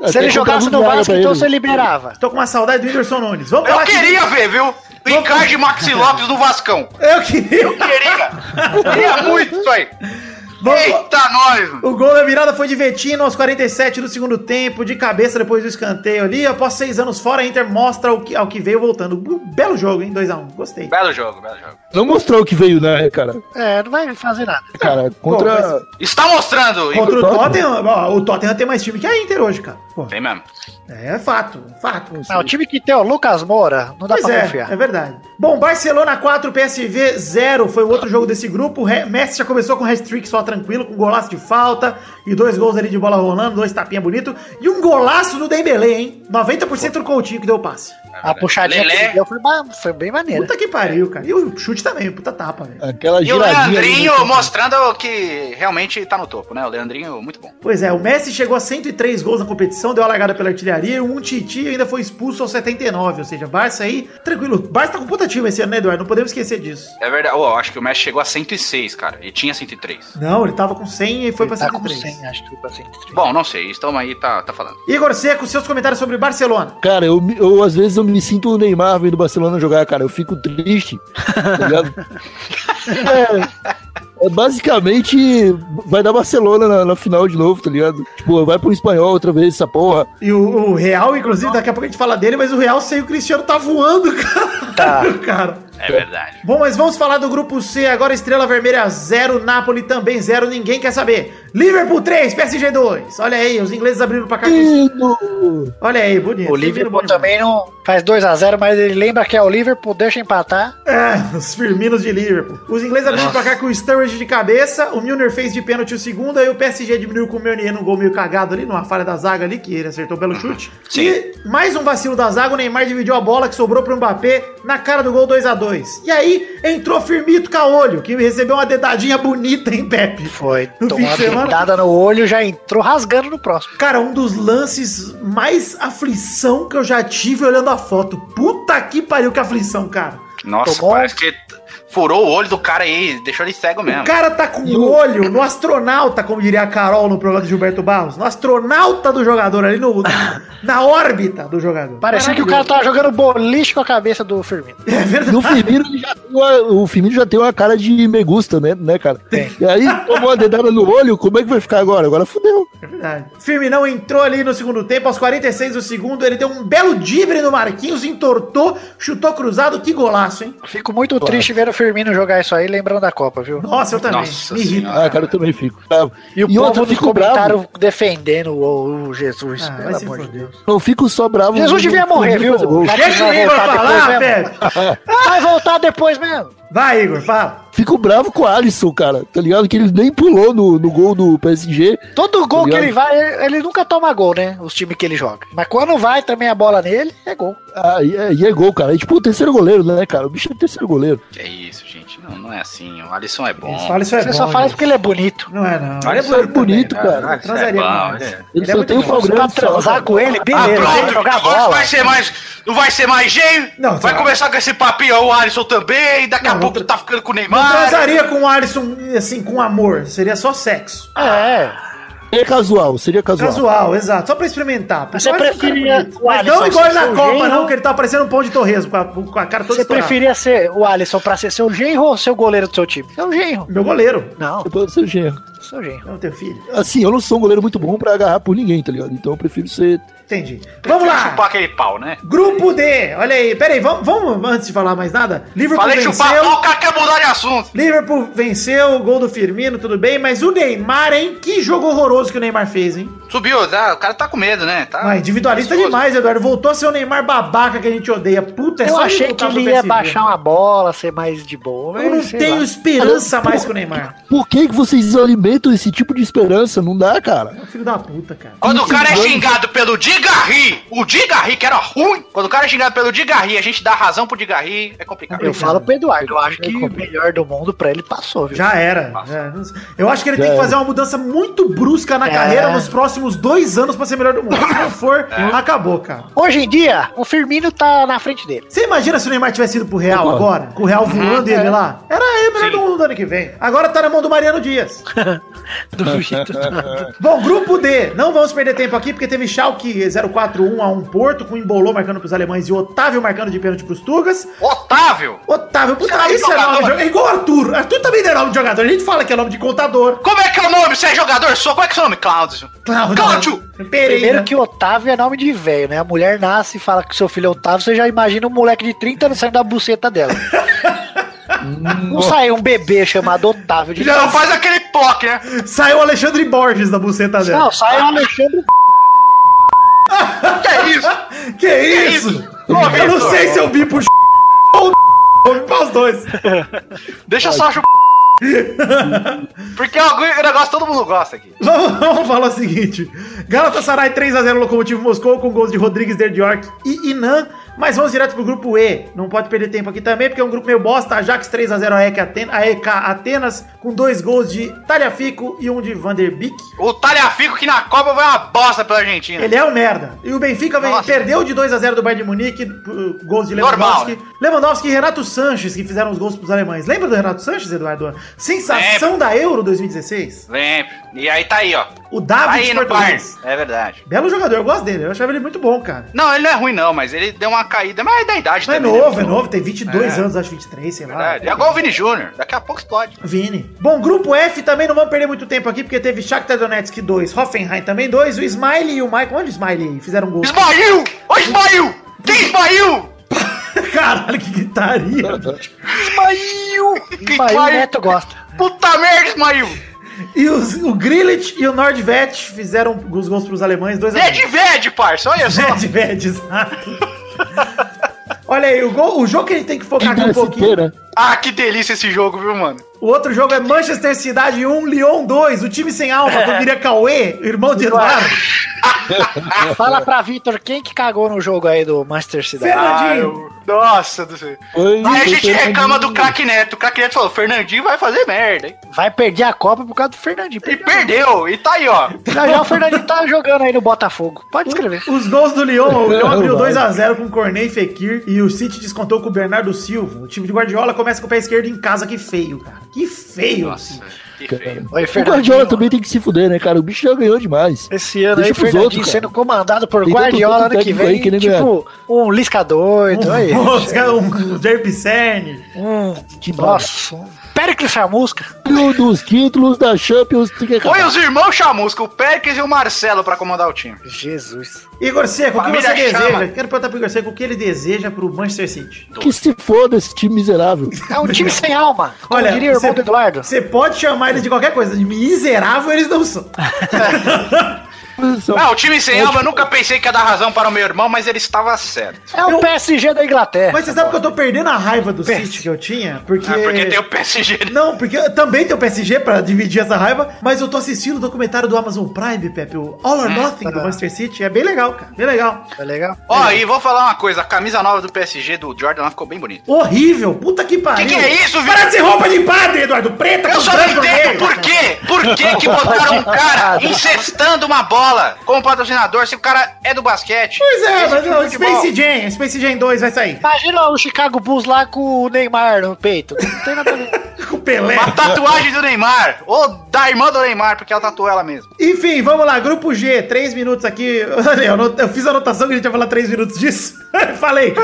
S5: Até
S1: Se
S3: é
S1: ele jogasse
S5: comprava
S1: no
S5: um Viagra
S1: Vasco,
S5: pra
S1: então
S5: ele.
S1: você liberava.
S3: Tô com uma saudade do Whindersson Nunes. Vamos
S4: Eu
S3: falar aqui-
S4: queria ver, viu? Ricardo e Maxi Lopes no Vascão.
S3: Eu queria.
S4: Queria. Queria muito isso aí.
S3: Vamos-
S4: Eita, nós. mano.
S3: O gol da virada foi de Vetino aos 47 do segundo tempo, de cabeça depois do escanteio ali. Após seis anos fora, a Inter mostra ao que, ao que veio voltando. Um Belo jogo, hein? 2x1. Gostei.
S4: Belo jogo, belo jogo.
S5: Não mostrou o que veio, né, cara?
S1: É, não vai fazer nada.
S5: Cara, contra.
S4: Está mostrando.
S3: Contra o
S5: Tottenham.
S3: Tottenham, ó, o Tottenham tem mais time que a Inter hoje, cara. Pô,
S4: Tem mesmo.
S3: é fato, fato.
S1: Não, o time que tem o Lucas Moura, não dá
S3: Pois
S1: pra
S3: é,
S1: confiar.
S3: é verdade. Bom, Barcelona 4, PSV 0 foi o outro jogo desse grupo. O Re- Messi já começou com hat-trick só tranquilo, com um golaço de falta e dois gols ali de bola rolando, dois tapinha bonito e um golaço do Dembélé, hein? 90% do Coutinho que deu o passe.
S1: A puxadinha que ele
S4: Lelé.
S1: deu foi, ma- foi bem maneira.
S3: Puta que pariu, cara. E o chute também, puta tapa, velho.
S5: Aquela
S4: E o
S5: giradinha. Tá ali, né,
S4: Leandrinho
S5: cara?
S4: mostrando que realmente tá no topo, né? O Leandrinho, muito bom.
S3: Pois é, o Messi chegou a 103 gols na competição, deu a largada pela artilharia, e um Titi ainda foi expulso aos 79, ou seja, Barça aí, tranquilo. Barça tá com puta time esse ano, né, Eduardo? Não podemos esquecer disso.
S4: É verdade. Ó, acho que o Messi chegou a 106, cara. E tinha 103.
S3: Não, ele tava com 100 e foi pra
S1: Tá com
S3: 103.
S1: 100, acho que foi pra 103.
S4: Bom, não sei. Estamos aí, tá, tá falando.
S3: Igor Seco, seus comentários sobre Barcelona.
S5: Cara, eu, me- eu às vezes eu me sinto o Neymar vendo o Barcelona jogar, cara. Eu fico triste, tá ligado? É, é basicamente, vai dar Barcelona na, na final de novo, tá ligado? Tipo, vai pro espanhol outra vez essa porra.
S3: E o, o Real, inclusive, daqui a pouco a gente fala dele, mas o Real sem o Cristiano tá voando, cara.
S1: Tá.
S3: cara.
S4: É verdade.
S3: Bom, mas vamos falar do grupo C. Agora Estrela Vermelha 0, Napoli também 0, ninguém quer saber. Liverpool 3, PSG 2. Olha aí, os ingleses abriram pra cá.
S5: Lindo!
S3: Olha aí,
S1: O
S3: bonito. Firmino bom
S1: Liverpool
S3: demais.
S1: também não faz 2x0, mas ele lembra que é o Liverpool, deixa empatar.
S3: É, os Firminos de Liverpool. Os ingleses abriram pra cá com o Sturridge de cabeça, o Milner fez de pênalti o segundo, aí o PSG diminuiu com o Meunier num gol meio cagado ali, numa falha da zaga ali, que ele acertou um belo chute.
S4: Sim.
S3: E mais um vacilo da zaga, o Neymar dividiu a bola que sobrou pro Mbappé na cara do gol 2 a 2 E aí entrou Firmito Caolho, que recebeu uma dedadinha bonita em Pepe.
S1: Foi.
S3: No
S1: Tomou
S3: fim
S1: uma
S3: de semana?
S1: dada no olho, já entrou rasgando no próximo.
S3: Cara, um dos lances mais aflição que eu já tive olhando a foto. Puta que pariu, que aflição, cara.
S4: Nossa,
S1: Tomou?
S4: parece que furou o olho do cara aí, deixou ele cego mesmo.
S3: O cara tá com o olho no astronauta, como diria a Carol no programa do Gilberto Barros. No astronauta do jogador, ali no, na órbita do jogador.
S1: Parecia que o cara tava jogando boliche com a cabeça do Firmino.
S3: É
S5: E
S3: verdade.
S5: o Firmino, ele já tem uma, o Firmino já tem uma cara de megusta, né, né, cara? E aí, tomou uma dedada no olho, como é que vai ficar agora? Agora fudeu.
S3: É verdade. Firminão entrou ali no segundo tempo, aos 46 do segundo. Ele deu um belo dibre no Marquinhos, entortou, chutou cruzado. Que golaço, hein?
S1: Fico muito triste ver vendo o Firmino jogar isso aí, lembrando da Copa, viu?
S3: Nossa, eu também.
S4: Nossa
S3: Me irrita.
S4: senhora.
S5: Ah, cara, eu também fico. bravo.
S1: E o
S5: E
S1: povo
S5: outro
S1: nos
S5: ficou bravo.
S1: comentaram defendendo o, o Jesus,
S3: Ah, vai
S1: pelo
S3: se
S1: amor de
S3: foder.
S1: Deus.
S5: Não fico só bravo.
S1: Jesus
S5: não-
S1: devia
S5: não-
S1: morrer,
S5: não-
S1: viu?
S5: fazer gol.
S1: Vai-
S3: Deixa o
S1: Vai
S3: Igor
S1: voltar
S3: falar,
S1: depois mesmo?
S3: velho.
S1: Vai voltar depois mesmo.
S3: Vai, Igor, fala.
S5: Fico bravo com o Alisson, cara. Tá ligado? Que ele nem pulou no, no gol do PSG.
S1: Todo gol que
S5: Obrigado.
S1: ele vai, ele- ele nunca toma gol, né? Os times que ele joga. Mas quando vai também a bola nele, é gol.
S5: Ah, e é, e é gol, cara. É tipo o terceiro goleiro, né, cara? O bicho é terceiro goleiro.
S4: Que é isso, gente. Não, não é assim. O Alisson é bom.
S3: Eles falam isso é
S1: Você
S3: bom,
S1: só faz
S3: gente.
S1: porque ele é bonito.
S3: Não é, não.
S4: Olha
S5: Isso é bonito, cara.
S4: Alisson é bom. ele é-
S5: Ele,
S3: Ele é
S5: só
S3: muito
S5: tem o
S3: bom.
S5: pau
S1: Pra
S5: grande. só.
S1: transar com ele,
S4: Ah,
S1: beleza.
S4: pronto.
S1: Ele jogar
S4: Agora não
S1: bola.
S4: vai ser mais. Não vai ser mais jeito.
S3: Não,
S4: vai
S3: tá.
S4: começar com esse papinho. ó, O Alisson também. Daqui
S3: Não,
S4: a pouco
S3: não
S4: tá ficando com o
S3: Não
S4: Neymar.
S3: transaria com o Alisson, assim, com amor. Seria só sexo.
S1: É.
S3: Ah,
S5: É casual, seria casual.
S3: Casual, exato. Só pra experimentar. Porque
S1: Você
S3: o Alisson é um cara
S1: preferia
S3: bonito.
S1: o
S3: Mas não
S1: Alisson
S3: igual
S1: ser
S3: na
S1: seu
S3: Copa,
S1: genro?
S3: não, que ele tá parecendo um pão de torresmo com a, com a cara toda
S1: Você
S3: estourada.
S1: preferia ser o Alisson pra ser seu genro ou seu goleiro do seu time? Seu genro.
S3: Meu goleiro.
S1: Não,
S5: Eu posso ser genro.
S1: seu genro.
S3: Não, teu filho.
S5: Assim, eu não sou um goleiro muito bom pra agarrar por ninguém, tá ligado? Então eu prefiro ser.
S3: Entendi. Vamos lá.
S4: chupar aquele pau, né?
S3: Grupo D. Olha aí. Peraí, vamos, vamos antes de falar mais nada. Liverpool
S4: Falei
S3: venceu.
S4: chupar pau, o cara quer mudar de assunto.
S3: Liverpool venceu, gol do Firmino, tudo bem, mas o Neymar, hein? Que jogo horroroso que o Neymar fez, hein?
S4: Subiu, tá, o cara tá com medo, né? Tá
S3: Ah, individualista
S4: ansioso.
S3: demais, Eduardo. Voltou a ser o Neymar babaca que a gente odeia. Puta, é
S1: Eu
S3: só
S1: achei que
S3: voltar pro
S1: ele ia
S3: PSV.
S1: baixar uma bola, ser mais de boa.
S3: Eu não
S1: mas sei
S3: tenho
S1: lá.
S3: esperança
S5: Cara,
S3: mais
S5: pô,
S3: com o Neymar.
S5: Por que, que vocês alimentam esse tipo de esperança? Não dá, cara.
S3: É um filho da puta, cara.
S4: Quando o cara é
S5: Individual-
S4: xingado pelo Digarri, o Digarri que era ruim. Quando o cara é xingado pelo Digarri, a gente dá razão pro Digarri, é complicado.
S1: Eu falo pro Eduardo.
S4: Eu acho
S1: que o melhor do mundo pra ele passou, viu?
S3: Já era.
S4: Nossa.
S3: É, não sei. eu acho que ele
S5: Já
S3: tem que
S5: era.
S3: fazer uma mudança muito brusca na
S1: É.
S3: carreira nos próximos dois anos pra ser melhor do mundo. Se não for, acabou, cara.
S1: Hoje em dia, o Firmino tá na frente dele.
S3: Você imagina se o Neymar tivesse ido pro Real
S5: Concordo.
S3: agora? Com o Real voando e ele lá? Era ele, melhor
S4: Sim.
S3: do mundo do ano que vem. Agora tá na mão do Mariano Dias.
S1: Do jeito do-
S3: Bom, grupo D. Não vamos perder tempo aqui, porque teve Schalke 041 a 1 Porto, com o Embolou marcando pros alemães e o Otávio marcando de pênalti pros Tugas.
S4: Otávio!
S3: Otávio, puta,
S4: Será que
S3: esse é
S4: jogador?
S3: nome de jogador. É igual o Arthur. Arthur também não é nome de jogador. A gente fala que é nome de contador.
S4: Como é que é o nome? Você é jogador? Sou, como é que é o seu nome? Cláudio. Cláudio!
S3: Pereira.
S1: Primeiro que Otávio é nome de velho, né? A mulher nasce e fala que seu filho é Otávio, você já imagina um moleque de 30 anos saindo da buceta dela. não saiu um bebê chamado Otávio de
S4: Já não Então faz aquele POC, né?
S3: Saiu o Alexandre Borges da buceta dela.
S1: Não, saiu um Alexandre.
S4: Que é isso?
S3: Que isso?
S4: isso? Ô,
S3: Eu não
S4: Vitor.
S3: sei se eu vi pro ou vim para os dois.
S4: Deixa só chupar. Porque é um negócio que todo mundo gosta aqui.
S3: Vamos, vamos falar o seguinte: Galatasaray 3x0 Locomotivo Moscou com gols de Rodrigues, Derdiork e Inan. Mas vamos direto pro grupo E. Não pode perder tempo aqui também, porque é um grupo meio bosta. Ajax 3x0 a EK, Aten- a EK Atenas, com dois gols de Taliafico e um de Vanderbick.
S4: O Talhafico que na Copa vai uma bosta pela Argentina.
S3: Ele é um merda. E o Benfica vem-
S4: Nossa.
S3: perdeu de 2x0 do Bayern de Munique, p- gols de
S4: Normal, né?
S3: Lewandowski. Lewandowski e Renato Sanches, que fizeram os gols pros alemães. Lembra do Renato Sanches, Eduardo? Sensação da Euro 2016?
S4: Sempre. E aí tá aí, ó.
S3: O
S4: Tá
S3: David
S4: aí no bar. É verdade.
S3: Belo jogador, eu gosto dele. Eu achava ele muito bom, cara.
S4: Não, ele não é ruim, não, mas ele deu uma caída, mas é da idade
S3: Não é
S4: também. né?
S3: novo, é novo, tem 22
S4: É.
S3: anos, acho 23, sei lá.
S4: Verdade. É igual o Vini Júnior. Daqui a pouco explode.
S3: Vini. Bom, grupo F também não vamos perder muito tempo aqui, porque teve Shakhtar Donetsk 2, Hoffenheim também 2, o Smiley e o Michael. Olha o Smiley aí, fizeram gol.
S4: Esmaiu! Ô, Esmaiu! Quem esmaiu?
S3: Caralho, que
S4: um
S3: gritaria.
S4: Esmaiu! Que
S1: Mas o
S4: esmaiu?
S1: Neto gosta.
S4: Puta merda, esmaiu!
S3: e os- o Grillich e o Nordvet fizeram os gols pros alemães, 2 a 1.
S4: Nedved, É parça, olha só.
S3: Nedved, exato. Olha aí, o, gol- o jogo que a gente tem que focar aqui um pouquinho.
S5: né?
S4: Ah, que delícia esse jogo, viu, mano?
S3: O outro jogo é Manchester Cidade 1, Lyon 2. O time sem alma, como diria Cauê, irmão de Eduardo.
S1: Fala pra Vitor quem que cagou no jogo aí do Manchester
S3: É
S1: City.
S4: Ah,
S3: Fernandinho.
S4: eu... Nossa do céu.
S5: Foi-
S4: Aí a
S5: foi
S4: gente
S5: Fernandinho.
S4: reclama do craque Neto. O craque Neto falou: Fernandinho vai fazer merda, hein?
S1: Vai perder a Copa por causa do Fernandinho.
S4: E perdeu, e tá aí, ó.
S1: Já, já o Fernandinho tá jogando aí no Botafogo. Pode escrever.
S3: Os gols do Lyon, o Lyon abriu
S5: Vai.
S3: 2x0 com Cornet e Fekir e o City descontou com o Bernardo Silva. O time de Guardiola começa com o pé esquerdo em casa, que feio, cara. Que feio. assim.
S4: Nossa, que feio.
S1: Oi,
S5: O Guardiola também tem que se fuder, né, cara? O bicho já ganhou demais.
S1: Esse ano
S5: Deixa
S1: aí,
S5: pros
S1: Fernandinho
S5: outros, cara.
S1: sendo comandado por
S5: Tem tanto-
S1: Guardiola
S5: tanto
S1: ano que
S5: técnico
S1: vem,
S5: aí que nem é.
S1: tipo um Lisca doido,
S3: Um
S1: aí.
S3: Mosca, um Derpicerne.
S1: Um,
S5: Que
S1: nossa, um Pericles Chamusca.
S5: campeão dos títulos da Champions. tem que acabar.
S4: Põe os irmãos chamusca, o Pérez e o Marcelo, pra comandar o time.
S1: Jesus.
S3: Igor Seco, o que
S4: Família
S3: você
S4: chama.
S3: deseja? Quero perguntar pro Igor Seco o que ele deseja pro Manchester City.
S5: Que se foda esse time miserável.
S1: É um time sem alma. Como
S3: Olha,
S1: diria o irmão
S3: você-
S1: do Eduardo.
S3: Você pode chamar eles de qualquer coisa, de miserável eles não são.
S5: São-
S3: Então,
S4: Ah, o time sem alma, eu nunca pensei que ia dar razão para o meu irmão, mas ele estava certo.
S1: É o PSG da Inglaterra.
S3: Mas você sabe que eu tô perdendo a raiva do City que eu tinha? Porque.
S4: Ah, porque tem o PSG.
S3: Não, porque eu também tem o PSG pra dividir essa raiva, mas eu tô assistindo o documentário do Amazon Prime, Pepe, o All or Nothing do Manchester City. É bem legal, cara. Bem legal.
S1: Tá legal?
S4: Ó, e vou falar uma coisa, a camisa nova do PSG do Jordan lá ficou bem bonita.
S3: Horrível. Puta que pariu.
S4: Que que é isso, Vitor?
S3: Parece roupa de padre, Eduardo. Preta,
S4: Eu
S3: com
S4: só não
S3: branco no
S4: entendo
S3: meio.
S4: por quê. Por que que botaram um cara incestando uma bola como patrocinador se o cara é do basquete?
S3: Pois é,
S4: Esse
S3: mas
S4: tipo de
S3: não,
S4: futebol.
S3: Space Jam, Space Jam 2 vai sair.
S1: Imagina o Chicago Bulls lá com o Neymar no peito. Não tem nada a ver.
S3: Com o Pelé.
S4: Uma tatuagem do Neymar. Ou da irmã do Neymar, porque ela tatuou ela mesma.
S3: Enfim, vamos lá, grupo G, três minutos aqui. Olha, Eu, não- eu fiz a anotação que a gente ia falar três minutos disso. Falei.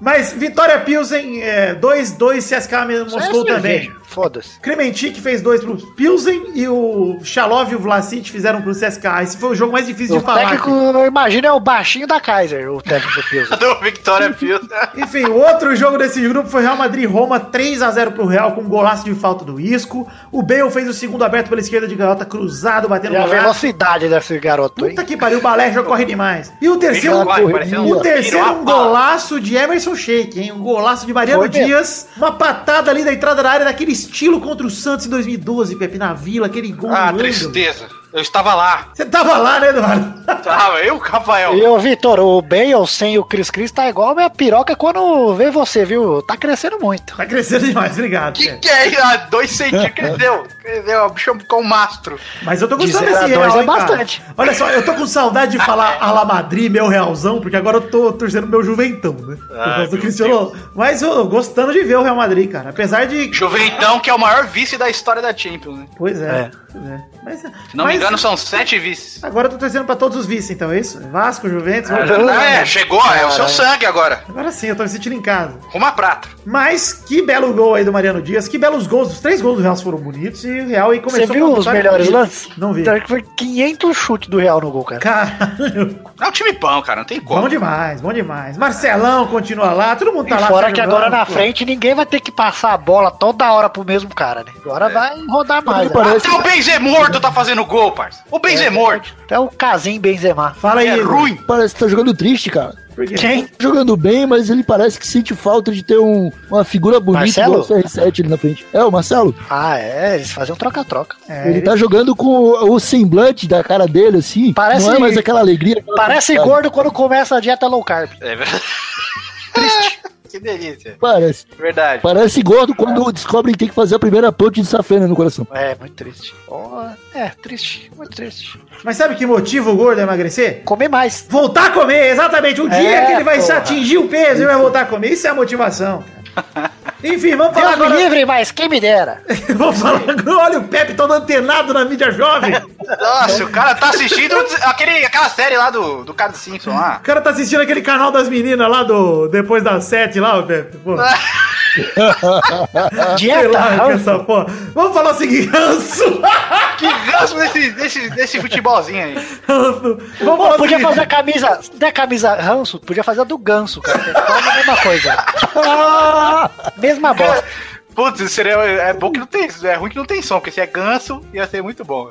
S3: Mas Vitória Pilsen, é, 2-2, CSKA Moscou também.
S1: Foda-se.
S3: Kremenchik fez dois pro Pilsen e o Xalov e o Vlasic fizeram pro CSKA. Esse foi o jogo mais difícil
S1: O
S3: de falar.
S1: técnico, eu imagino, é o baixinho da Kaiser, o técnico do
S3: Tá
S1: Pilsen.
S4: Do Victoria Pilsen.
S3: Enfim, o outro jogo desse grupo foi Real Madrid e Roma, 3 a 0 pro Real, com um golaço de falta do Isco. O Bale fez o segundo aberto pela esquerda de garota, cruzado, batendo
S1: E a
S3: no golaço.
S1: velocidade desse garoto, hein?
S3: Puta que pariu, o Balé já corre demais. E o
S4: é
S3: terceiro,
S4: um
S5: Ele corre,
S4: parecendo
S5: o
S3: o terceiro
S4: pirou a
S3: um
S4: bala.
S3: golaço de Emerson Sheik, hein? Um golaço de Mariano
S1: Foi mesmo.
S3: Dias. Uma patada ali da entrada da área, daquele estilo contra o Santos em 2012, Pepe, na Vila, aquele gol
S4: Ah,
S3: do Ângelo.
S4: tristeza. Eu estava lá.
S3: Você tava lá, né, Eduardo?
S4: Tava eu, Rafael.
S1: E ô, Vitor, o Bale sem o Cris Cris tá igual a minha piroca quando vê você, viu? Tá crescendo muito.
S3: Tá crescendo demais, obrigado.
S4: Que
S3: Pepe.
S4: que é? isso? Ah, Dois centímetros. Cresceu. Cresceu. O bicho ficou um mastro.
S3: Mas eu tô
S1: De
S3: gostando
S1: zero
S3: desse
S1: a dois
S3: real,
S1: é
S3: hein, cara?
S1: bastante.
S3: Olha só, eu tô com saudade de falar Ala Madrid, meu realzão, porque agora eu tô torcendo meu Juventão, né?
S4: Ai,
S3: Por causa do
S4: Ah, meu
S3: Cristiano. Mas eu gostando de ver o Real Madrid, cara. Apesar de.
S4: Juventão, que é o maior vice da história da Champions. Né?
S3: Pois
S1: É.
S3: é. Pois é. Mas,
S4: Se não
S3: mas
S4: me engano, são sete vices.
S3: Agora eu tô torcendo pra todos os vice, então, é isso? Vasco, Juventus, Volta-
S4: Ah, é, chegou, é o seu sangue agora.
S3: Agora sim, eu tô me sentindo em casa.
S4: Rumo à prata.
S3: Mas que belo gol aí do Mariano Dias, que belos gols. Os três gols do Real foram bonitos e o Real aí começou
S1: Você viu os
S3: uma vitória
S1: melhores
S3: bonita.
S1: lances? Tá.
S3: Não vi.
S1: Pior que Foi 500 chutes do Real no gol, cara.
S3: Caralho.
S4: É um time bom, cara, não tem
S3: Bom
S4: como.
S3: demais, bom demais. Marcelão continua lá, todo mundo tá
S1: E
S3: lá.
S1: fora
S3: tá
S1: que
S3: jogando,
S1: agora na
S3: pô.
S1: frente ninguém vai ter que passar a bola toda hora pro mesmo cara, né?
S3: É.
S1: Agora vai rodar mais. né?
S5: parece-
S4: Até o Benzemorto tá fazendo gol, parça. O Benzemorto
S1: né? Até o Casim Benzema.
S3: Fala aí,
S4: é
S3: Igor.
S4: ruim.
S5: Parece que tá jogando triste, cara.
S3: Por quê?
S1: Quem?
S5: Tá Jogando bem, mas ele parece que sente falta de ter um, uma figura bonita
S1: Marcelo?
S5: igual o CR7 ali na frente. É, o Marcelo.
S1: Ah, é, eles faziam troca-troca.
S3: É,
S5: ele
S3: ele-
S5: tá jogando com o, o semblante da cara dele, assim.
S1: Parece-
S5: Não é mais aquela alegria. aquela
S1: Parece
S5: vontade.
S1: gordo quando começa a dieta low carb.
S4: É verdade. que delícia.
S5: Parece.
S4: Verdade.
S5: Parece gordo quando descobrem que tem que fazer a primeira ponte de safena no coração.
S1: É, muito triste. Ó, é, triste, muito triste.
S3: Mas sabe que motiva o gordo a emagrecer?
S1: Comer mais.
S3: Voltar a comer, exatamente. O dia
S1: É,
S3: que ele vai se
S1: porra.
S3: atingir o peso, ele vai voltar a comer. Isso é a motivação. cara. Enfim, vamos falar
S1: Deus me
S3: agora.
S1: livre, mas quem me dera.
S3: Vamos falar agora. Olha o Pepe todo antenado na mídia jovem.
S4: Nossa, o cara tá assistindo aquele, aquela série lá do, do cara do Simpson lá.
S3: O cara tá assistindo aquele canal das meninas lá do Depois das Sete lá, o Pepe. Pô. Sei
S1: Dieta.
S3: Ah, lá, com
S1: Ralph.
S3: essa porra. Vamos falar o seguinte, ranço.
S4: Que ganso desse, desse, desse futebolzinho aí.
S3: Ranço. Vamos
S1: Pô,
S3: falar o
S1: podia
S3: seguinte.
S1: fazer a camisa. Da camisa ranço, podia fazer a do ganso, cara. que é quase a mesma coisa. mesma bosta.
S4: Putz, seria, é bom que não tem. É ruim que não tem som, porque se é ganso, ia ser muito bom.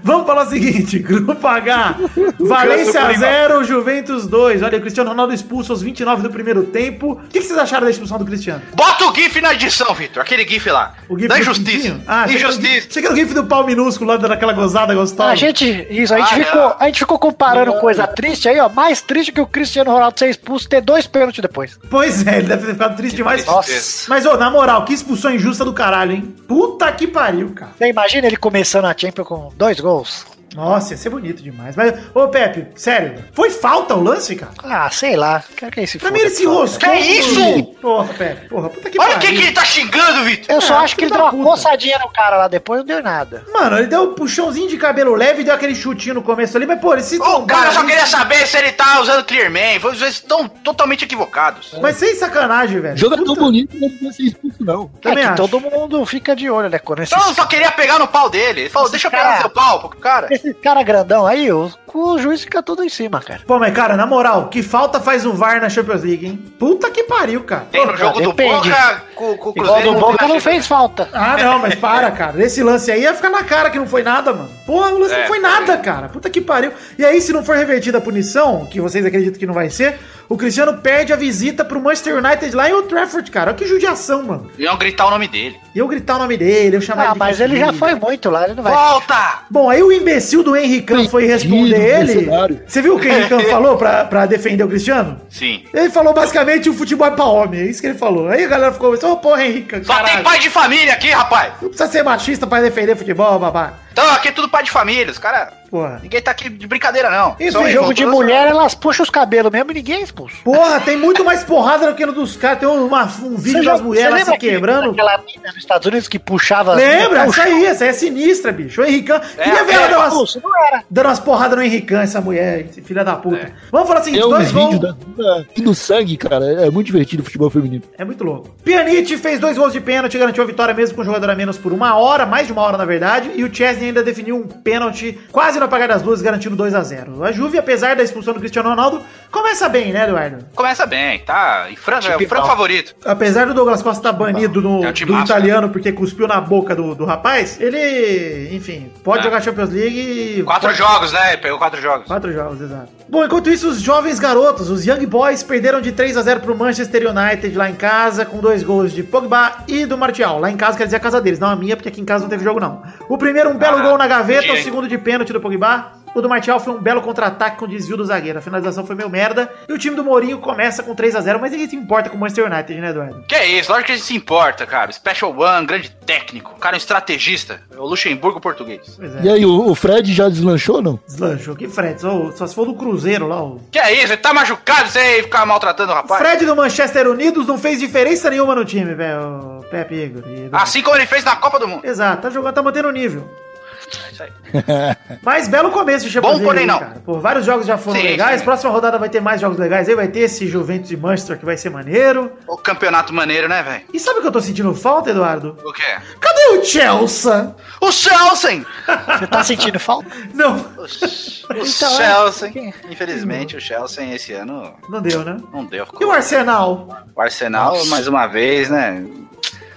S3: Vamos falar o seguinte: Grupo H, Valência 0, Juventus 2. Olha, o Cristiano Ronaldo expulso aos 29 do primeiro tempo. O que que vocês acharam da expulsão do Cristiano?
S4: Bota o GIF na edição, Vitor. Aquele GIF lá.
S3: O GIF
S4: da
S3: do
S4: injustiça.
S3: Pintinho? Ah,
S4: injustiça.
S3: Chega no GIF do pau minúsculo lá daquela gozada gostosa.
S1: A gente, isso, a gente,
S4: Ah,
S1: ficou,
S4: não.
S1: a gente ficou comparando coisa triste aí, ó. Mais triste que o Cristiano Ronaldo ser expulso e ter dois pênaltis depois.
S3: Pois é, ele deve ter ficado triste demais.
S4: Nossa.
S3: Mas, ô, na moral, que expulsão injusta do caralho, hein? Puta que pariu, cara.
S1: Você imagina ele começando a Champions com dois gols?
S3: Nossa, ia ser bonito demais. Mas, ô Pepe, sério, foi falta o lance, cara?
S1: Ah, sei lá. Quero que esse
S3: Pra mim ele se
S1: rosto.
S3: roscou.
S4: Que isso?
S3: Porra, Pepe, porra, puta que
S4: Olha o que, que ele tá xingando, Vitor!
S1: Eu só
S3: Ah,
S1: acho que
S3: filho
S1: ele
S3: da
S1: deu uma
S3: puta.
S1: coçadinha no cara lá depois, não deu nada.
S3: Mano, ele deu um puxãozinho de cabelo leve e deu aquele chutinho no começo ali, mas, pô, ele
S1: É,
S3: se
S4: Ô, O cara só
S3: ali-
S4: queria saber se ele tá usando Clearman. Vocês estão totalmente equivocados.
S3: Mas sem sacanagem, velho.
S5: Jogador
S3: Puta-
S5: bonito não precisa ser expulso, não.
S1: É
S3: Também
S1: que
S3: acho.
S1: todo mundo fica de olho, né? Quando esses,
S4: Então eu só queria pegar no pau dele. Ele falou,
S1: Esse
S4: deixa eu
S1: cara-
S4: pegar no seu pau, pro cara.
S1: esse cara grandão aí, o, o juiz fica tudo em cima, cara.
S3: Pô, mas cara, na moral, que falta faz um VAR na Champions League, hein? Puta que pariu, cara.
S4: Tem um no
S1: Pô,
S4: jogo do
S1: depende.
S4: Boca, com, com o
S1: Igual
S4: Cruzeiro.
S1: do Boca não tá fez falta.
S3: Ah, não, mas para, cara. Esse lance aí ia ficar na cara que não foi nada, mano. Porra, o lance
S4: É,
S3: não foi nada, cara. Puta que pariu. E aí, se não for revertida a punição, que vocês acreditam que não vai ser, o Cristiano perde a visita pro Manchester United lá em Old Trafford, cara. Olha que judiação, mano.
S4: Iam gritar o nome dele.
S3: E eu gritar o nome dele, eu chamar
S1: Ah,
S3: de
S1: mas ele já
S3: Cristiano.
S1: foi muito lá, ele não vai.
S4: Volta!
S3: Bom, aí o imbecil do Henricão foi responder ele.
S5: mercenário.
S3: Você viu o que o Henricão falou pra, pra defender o Cristiano?
S4: Sim.
S3: Ele falou basicamente o futebol é pra homem, é isso que ele falou. Aí a galera ficou, ô porra, Henrique,
S4: Só
S3: caralho,
S4: tem pai de família aqui, rapaz.
S3: não precisa ser machista pra defender futebol, babá.
S4: Então aqui é tudo pai de família. Os caras...
S3: Porra.
S4: Ninguém tá aqui de brincadeira, não.
S3: Enfim,
S4: Só
S1: O
S4: ele
S1: jogo de
S4: voltou,
S1: mulher, elas puxam os cabelos mesmo e ninguém é expulso.
S3: Porra, tem muito mais porrada do que no dos caras. Tem uma- um vídeo
S1: Você já-
S3: das mulheres
S1: você
S3: lá se
S1: lembra aquele-
S3: quebrando.
S1: Aquela mina nos Estados Unidos que puxava. as
S3: Lembra?
S1: minas?
S3: Essa aí, essa aí é sinistra, bicho. O Henricão. Queria ver ela
S4: é,
S3: dar
S1: Não,
S3: umas,
S1: expulso, não era.
S3: dando umas porradas no Henricão, essa mulher, filha da puta.
S4: É.
S3: Vamos falar assim,
S5: É um
S3: dois
S5: vídeo
S3: gols.
S5: da, da- do sangue, cara. É muito divertido o futebol feminino.
S3: É muito louco. Pjanic fez dois gols de pênalti, garantiu a vitória mesmo com o jogador a menos por uma hora, mais de uma hora na verdade, e o Chesney ainda definiu um pênalti quase no apagar das luzes, garantindo 2 a 0 A Juve, apesar da expulsão do Cristiano Ronaldo, começa bem, né, Eduardo?
S4: Começa bem, tá? E Franco, é o
S1: Tipo
S4: Franco
S1: igual.
S4: favorito.
S3: Apesar do Douglas Costa estar banido no,
S4: É um
S3: do
S4: timaço,
S3: italiano porque cuspiu na boca do, do rapaz, ele, enfim, pode
S4: É.
S3: jogar Champions League e...
S4: Quatro
S3: pode-
S4: jogos, né? Ele Pegou quatro jogos.
S3: Quatro jogos, exato. Bom, enquanto isso, os jovens garotos, os Young Boys, perderam de 3 a 0 pro Manchester United lá em casa, com dois gols de Pogba e do Martial. Lá em casa quer dizer a casa deles, não a minha, porque aqui em casa não teve jogo, não. O primeiro, um belo
S4: Ah,
S3: gol na gaveta, o
S4: entendi.
S3: segundo de pênalti do Pogba. O do Martial foi um belo contra-ataque com desvio do zagueiro. A finalização foi meio merda. E o time do Mourinho começa com 3 a 0 mas ninguém se importa com o Manchester United, né, Eduardo?
S4: Que é isso, lógico que a gente se importa, cara. Special One, grande técnico, o cara é um estrategista. É o Luxemburgo português.
S3: Pois
S5: E
S3: é.
S5: aí, o, o Fred já deslanchou ou não?
S3: Deslanchou, que Fred, só, só se for do Cruzeiro lá, o
S4: Que é isso, ele tá machucado, você aí ficar maltratando o rapaz.
S3: Fred do Manchester Unidos não fez diferença nenhuma no time, velho. Pepe Igor. e Eduardo.
S4: Assim como ele fez na Copa do Mundo.
S3: Exato, tá jogando, tá mantendo o nível.
S4: É isso aí.
S3: Mas belo começo de
S4: Bom,
S3: Champions League,
S4: porém
S3: hein,
S4: não.
S3: cara. Pô, vários jogos já foram
S4: Sim,
S3: legais.
S4: sim.
S3: Próxima rodada vai ter mais jogos legais. Aí vai ter esse Juventus e Manchester que vai ser maneiro.
S4: O campeonato maneiro, né, velho?
S3: E sabe o que eu tô sentindo falta, Eduardo?
S4: O quê?
S3: Cadê o Chelsea?
S4: O Chelsea!
S1: Você tá sentindo falta?
S3: Não,
S4: O, Ch- o
S1: Então, é.
S4: Chelsea. Infelizmente, o Chelsea esse ano
S3: não deu, né?
S4: não deu.
S3: E o Arsenal?
S4: O Arsenal, mais uma vez, né?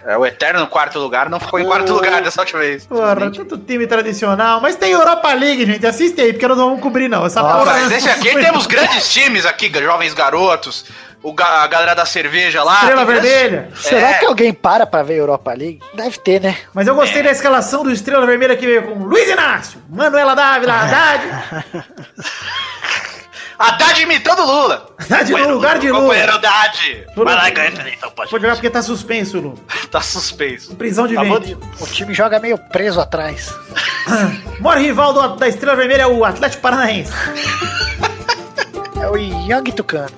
S4: É o eterno quarto lugar, não ficou em quarto lugar dessa última vez.
S3: Porra, tanto time tradicional. Mas tem Europa League, gente. Assiste aí, porque nós não vamos cobrir, não. Essa
S4: Pô,
S3: porra-
S4: mas esse aqui temos grandes times aqui, jovens garotos, o ga- a galera da cerveja lá.
S3: Estrela
S4: tem grandes-
S3: Vermelha.
S1: Será
S4: É.
S1: que alguém para pra ver Europa League? Deve ter, né?
S3: Mas eu gostei da escalação do Estrela Vermelha que veio com Luiz Inácio, Manuela
S4: É.
S3: Dávila, Haddad.
S4: Haddad imitando o Lula.
S3: Haddad no lugar de Lula.
S4: Companheiro Haddad. Vai lá e
S3: Lula.
S4: ganha a eleição, pode.
S3: Pode jogar porque tá suspenso, Lu.
S4: Tá suspenso.
S3: Prisão de
S4: Tá
S3: ventre.
S4: bom?
S1: O time joga meio preso atrás.
S3: O maior rival do- da Estrela Vermelha é o Atlético Paranaense.
S1: É o Young Tucano.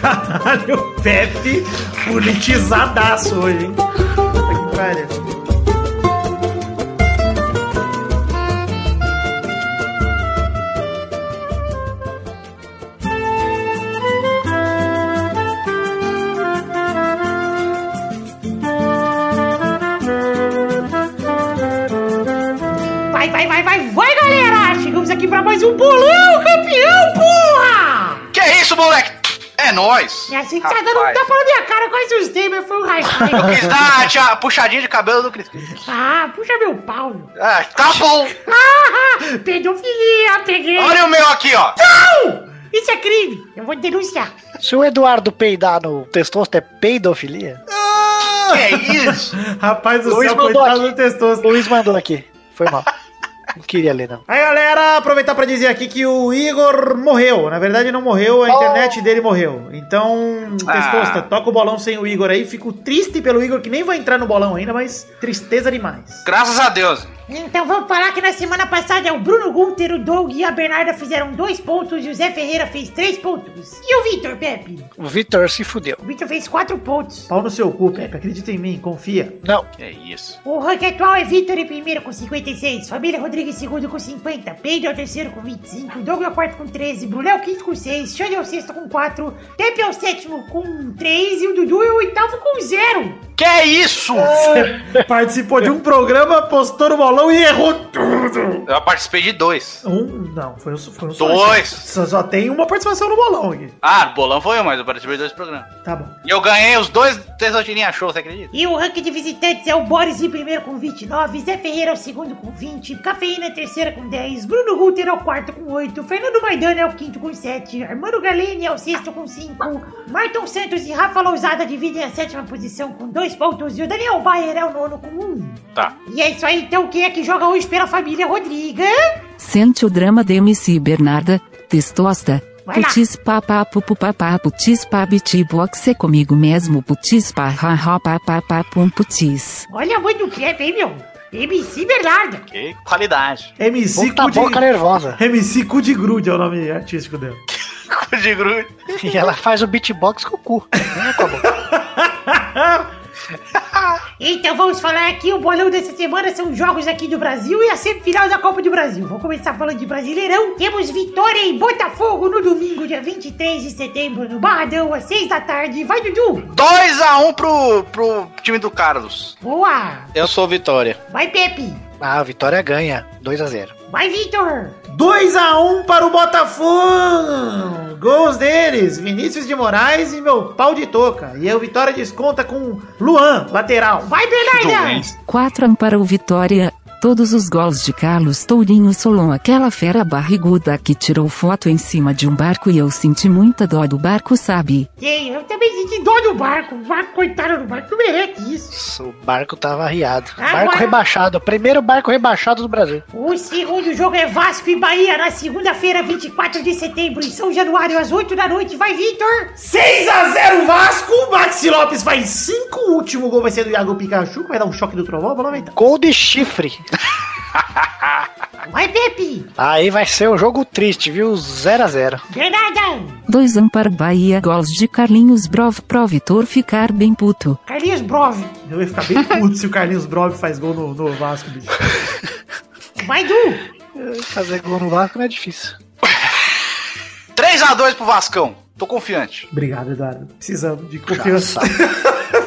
S3: Caralho, o Pepe politizadaço hoje, hein? Puta que pariu.
S6: Vai, vai, vai, vai, vai, galera! Chegamos aqui pra mais um bolão, campeão, porra!
S4: Que isso, moleque? É nóis.
S6: E assim que tá dando um
S4: Rapaz.
S6: tapa na minha cara, eu quase assustei, mas foi um
S4: Eu
S6: hi-fi.
S4: quis dar a tia- puxadinha de cabelo do Cris.
S6: ah, puxa meu pau.
S4: Ah, tá bom.
S6: Ah, pedofilia, peguei.
S4: Olha o meu aqui, ó.
S6: Não! Isso é crime, eu vou denunciar.
S1: Se o Eduardo peidar no testoster, é peidofilia?
S4: Que é isso?
S3: Rapaz do
S1: Luiz
S3: céu,
S1: mandou
S3: coitado
S1: aqui.
S3: do testoso.
S1: Luiz mandou aqui. Foi mal. Não queria ler, não.
S3: Aí, galera, aproveitar pra dizer aqui que o Igor morreu. Na verdade, não morreu, a internet dele morreu. Então,
S4: Oh. Ah.
S3: Testosta, toca o bolão sem o Igor aí. Fico triste pelo Igor, que nem vai entrar no bolão ainda, mas tristeza demais.
S4: Graças a Deus.
S6: Então vamos falar que na semana passada o Bruno Gunter, o Doug e a Bernarda fizeram dois pontos, o José Ferreira fez três pontos. E o Vitor, Pepe?
S1: O Vitor se fudeu.
S6: O Vitor fez quatro pontos.
S3: Pau no seu cu, Pepe. Acredita em mim, confia.
S1: Não,
S4: Que é isso.
S6: O ranking atual é Vitor em primeiro com 56, Família Rodrigues em segundo com 50, Pedro é o terceiro com 25, Doug é o quarto com 13, Brulé é o quinto com 6, Xande é o sexto com 4, Pepe é o sétimo com 3 e o Dudu é o oitavo com 0.
S4: Que é isso?
S3: Participou de um programa, postou no bolão e errou tudo.
S4: Eu participei de dois.
S3: Um, não, foi um, foi um
S4: Dois.
S3: Só, só tem uma participação no bolão aqui.
S4: Ah, bolão foi eu, mas eu participei de dois programas.
S3: Tá bom.
S4: E eu ganhei os dois Tesourinha Show, você acredita?
S6: E o ranking de visitantes é o Boris em primeiro com 29, Zé Ferreira é o segundo com 20, Cafeína é a terceira com 10, Bruno Guter é o quarto com 8, Fernando Maidana é o quinto com 7, Armando Galeni é o sexto com 5, Marton Santos e Rafa Lousada dividem a sétima posição com 2 pontos e o Daniel Baier é o nono com 1.
S4: Tá.
S6: E é isso aí, então quem é que joga hoje pela família Rodriga?
S7: Sente o drama de MC Bernarda, testosta.
S6: Vai lá.
S7: Putis papá pupu papá putis pá biti boxe comigo mesmo putis pá ha ha pá pá pá pum putis.
S6: Olha a mãe do crepe, hein, meu? MC Bernarda.
S4: Que qualidade.
S3: MC
S1: boca, boca né? nervosa.
S3: MC Cu de Grude é o nome artístico dela.
S4: Cu de grude.
S1: E ela faz o beatbox com o cu. Não é com a boca.
S6: Então vamos falar aqui, o bolão dessa semana são jogos aqui do Brasil e a semifinal da Copa do Brasil. Vou começar falando de Brasileirão. Temos Vitória e Botafogo no domingo, dia 23 de setembro, no Barradão, às 6 da tarde. Vai, Dudu!
S4: 2x1 pro, pro time do Carlos.
S6: Boa!
S8: Eu sou Vitória.
S6: Vai, Pepe!
S1: Ah, a vitória ganha. 2x0.
S6: Vai, Vitor!
S3: 2x1 para o Botafogo! Gols deles, Vinícius de Moraes e meu pau de toca. E a vitória desconta com Luan, lateral.
S6: Vai, Bernarda!
S7: 4 1 para o Vitória. Todos os gols de Carlos Tourinho Solon, aquela fera barriguda que tirou foto em cima de um barco e eu senti muita dó do barco, sabe?
S6: Ei, eu também senti dó do barco. O barco, coitado do barco, não merece isso.
S1: Nossa, O barco tava arriado.
S6: Agora-
S1: Barco rebaixado. Primeiro barco rebaixado do Brasil.
S6: O segundo jogo é Vasco e Bahia na segunda-feira, 24 de setembro, em São Januário, às 8 da noite. Vai, Vitor!
S3: 6x0 Vasco, Maxi Lopes faz 5. O último gol vai ser do Iago Pikachu, que vai dar um choque do trovão. Vamos aumentar.
S1: Gol de chifre.
S6: Vai, Pepe!
S1: Aí vai ser um jogo triste, viu? 0x0.
S6: Bernarda!
S7: 2 1 para o Bahia, gols de Carlinhos Brov pro Vitor ficar bem puto.
S6: Carlinhos Brove!
S3: Eu ia ficar bem puto se o Carlinhos Brob faz gol no, no Vasco, bicho.
S6: Vai, Du!
S1: Fazer gol no barco não é difícil.
S4: 3x2 pro Vascão. Tô confiante.
S3: Obrigado, Eduardo. Precisando de confiança.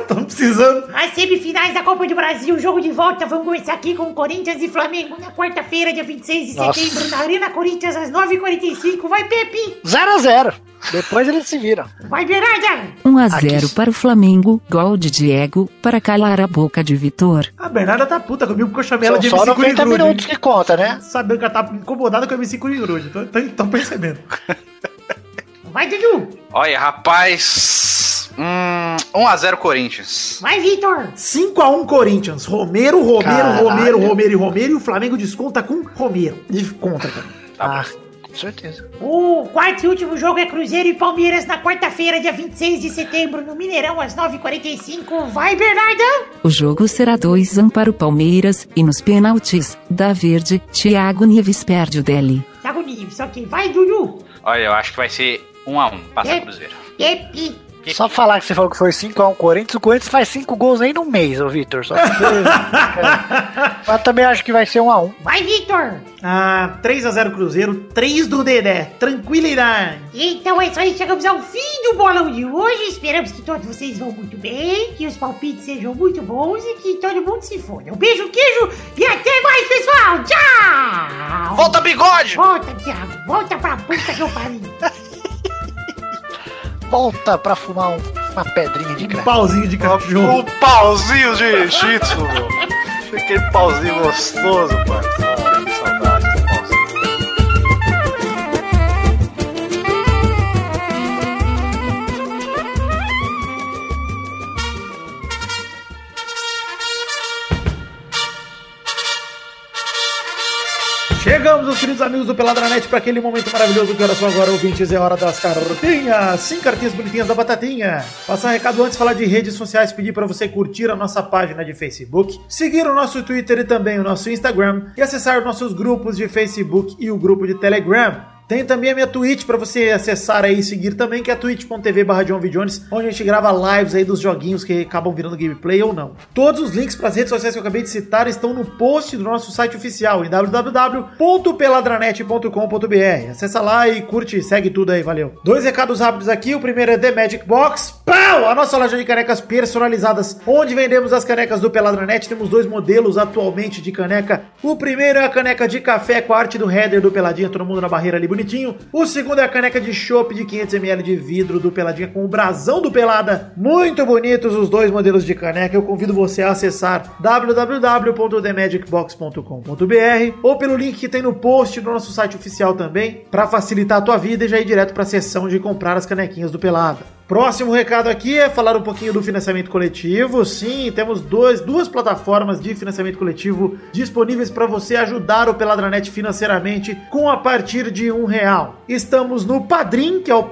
S3: Estamos precisando.
S6: As semifinais da Copa do Brasil, jogo de volta. Vamos começar aqui com Corinthians e Flamengo na quarta-feira, dia 26 de
S1: Nossa.
S6: setembro, na Arena Corinthians, às 9h45. Vai, Pepe!
S1: 0x0. Depois eles se viram.
S6: Vai, Bernarda!
S7: 1 a
S1: Aqui
S7: 0
S1: sim.
S7: para o Flamengo, gol de Diego, para calar a boca de Vitor.
S3: A Bernarda tá puta comigo porque eu chamei ela
S1: São
S3: de
S1: só
S3: MC
S1: 90
S3: Curigrude.
S1: minutos que conta, né?
S3: Sabendo que ela tá incomodada com o MC Curigrude. Tô, tô, tô percebendo.
S6: Vai, Dudu!
S4: Olha, rapaz. Hum, 1x0 Corinthians.
S6: Vai, Vitor!
S3: 5x1 Corinthians. Romero, Romero,
S1: Caralho.
S3: Romero, Romero e Romero. E o Flamengo desconta com Romero. E contra também.
S1: Ah, com certeza.
S6: O quarto e último jogo é Cruzeiro e Palmeiras na quarta-feira, dia 26 de setembro, no Mineirão, às 9h45. Vai, Bernarda!
S7: O jogo será 2 1 para o Palmeiras, e nos pênaltis, da Verde, Thiago Neves perde o dele.
S6: Thiago Neves, ok. Vai, Dudu!
S4: Olha, eu acho que vai ser 1x1. Passa
S6: É.
S4: Cruzeiro.
S6: Pepe!
S1: Só falar que você falou que foi 5x1 Corinthians, o Corinthians faz 5 gols nem no mês, ô Vitor. Só pra você- Mas também acho que vai ser 1x1.
S6: Vai, Vitor!
S3: Ah, 3x0 Cruzeiro, 3 do Dedé. Tranquilidade.
S6: Então é isso aí, chegamos ao fim do bolão de hoje. Esperamos que todos vocês vão muito bem, que os palpites sejam muito bons e que todo mundo se foda. Um beijo, queijo e até mais, pessoal! Tchau!
S4: Volta bigode!
S6: Volta, Thiago! Volta pra puta que eu pariu!
S1: Volta pra fumar um- uma pedrinha de crack.
S3: Pauzinho de cachorro.
S4: O pauzinho de shih tzu, meu. Aquele pauzinho gostoso, mano. Ah, que saudade do pauzinho.
S3: Chegamos, os queridos amigos do Peladranet, para aquele momento maravilhoso que era só agora, ouvintes, é hora das cartinhas. Sim, cartinhas bonitinhas da batatinha. Passar um recado antes, falar de redes sociais, pedir para você curtir a nossa página de Facebook, seguir o nosso Twitter e também o nosso Instagram e acessar nossos grupos de Facebook e o grupo de Telegram. Tem também a minha Twitch pra você acessar aí e seguir também, que é twitch.tv barra John V. Jones, onde a gente grava lives aí dos joguinhos que acabam virando gameplay ou não. Todos os links pras redes sociais que eu acabei de citar estão no post do nosso site oficial em www.peladranet.com.br. Acessa lá e curte, segue tudo aí, valeu. Dois recados rápidos aqui, o primeiro é The Magic Box, pau! A nossa loja de canecas personalizadas, onde vendemos as canecas do Peladranet, temos dois modelos atualmente de caneca. O primeiro é a caneca de café com a arte do header do Peladinha, todo mundo na barreira ali bonitinho. O segundo é a caneca de chopp de 500ml de vidro do Peladinha com o brasão do Pelada. Muito bonitos os dois modelos de caneca. Eu convido você a acessar www.themagicbox.com.br ou pelo link que tem no post do nosso site oficial também, para facilitar a tua vida e já ir direto para a seção de comprar as canequinhas do Pelada. Próximo recado aqui é falar um pouquinho do financiamento coletivo. Sim, temos dois, duas plataformas de financiamento coletivo disponíveis para você ajudar o Peladranet financeiramente com a partir de um real. Estamos no Padrim, que é o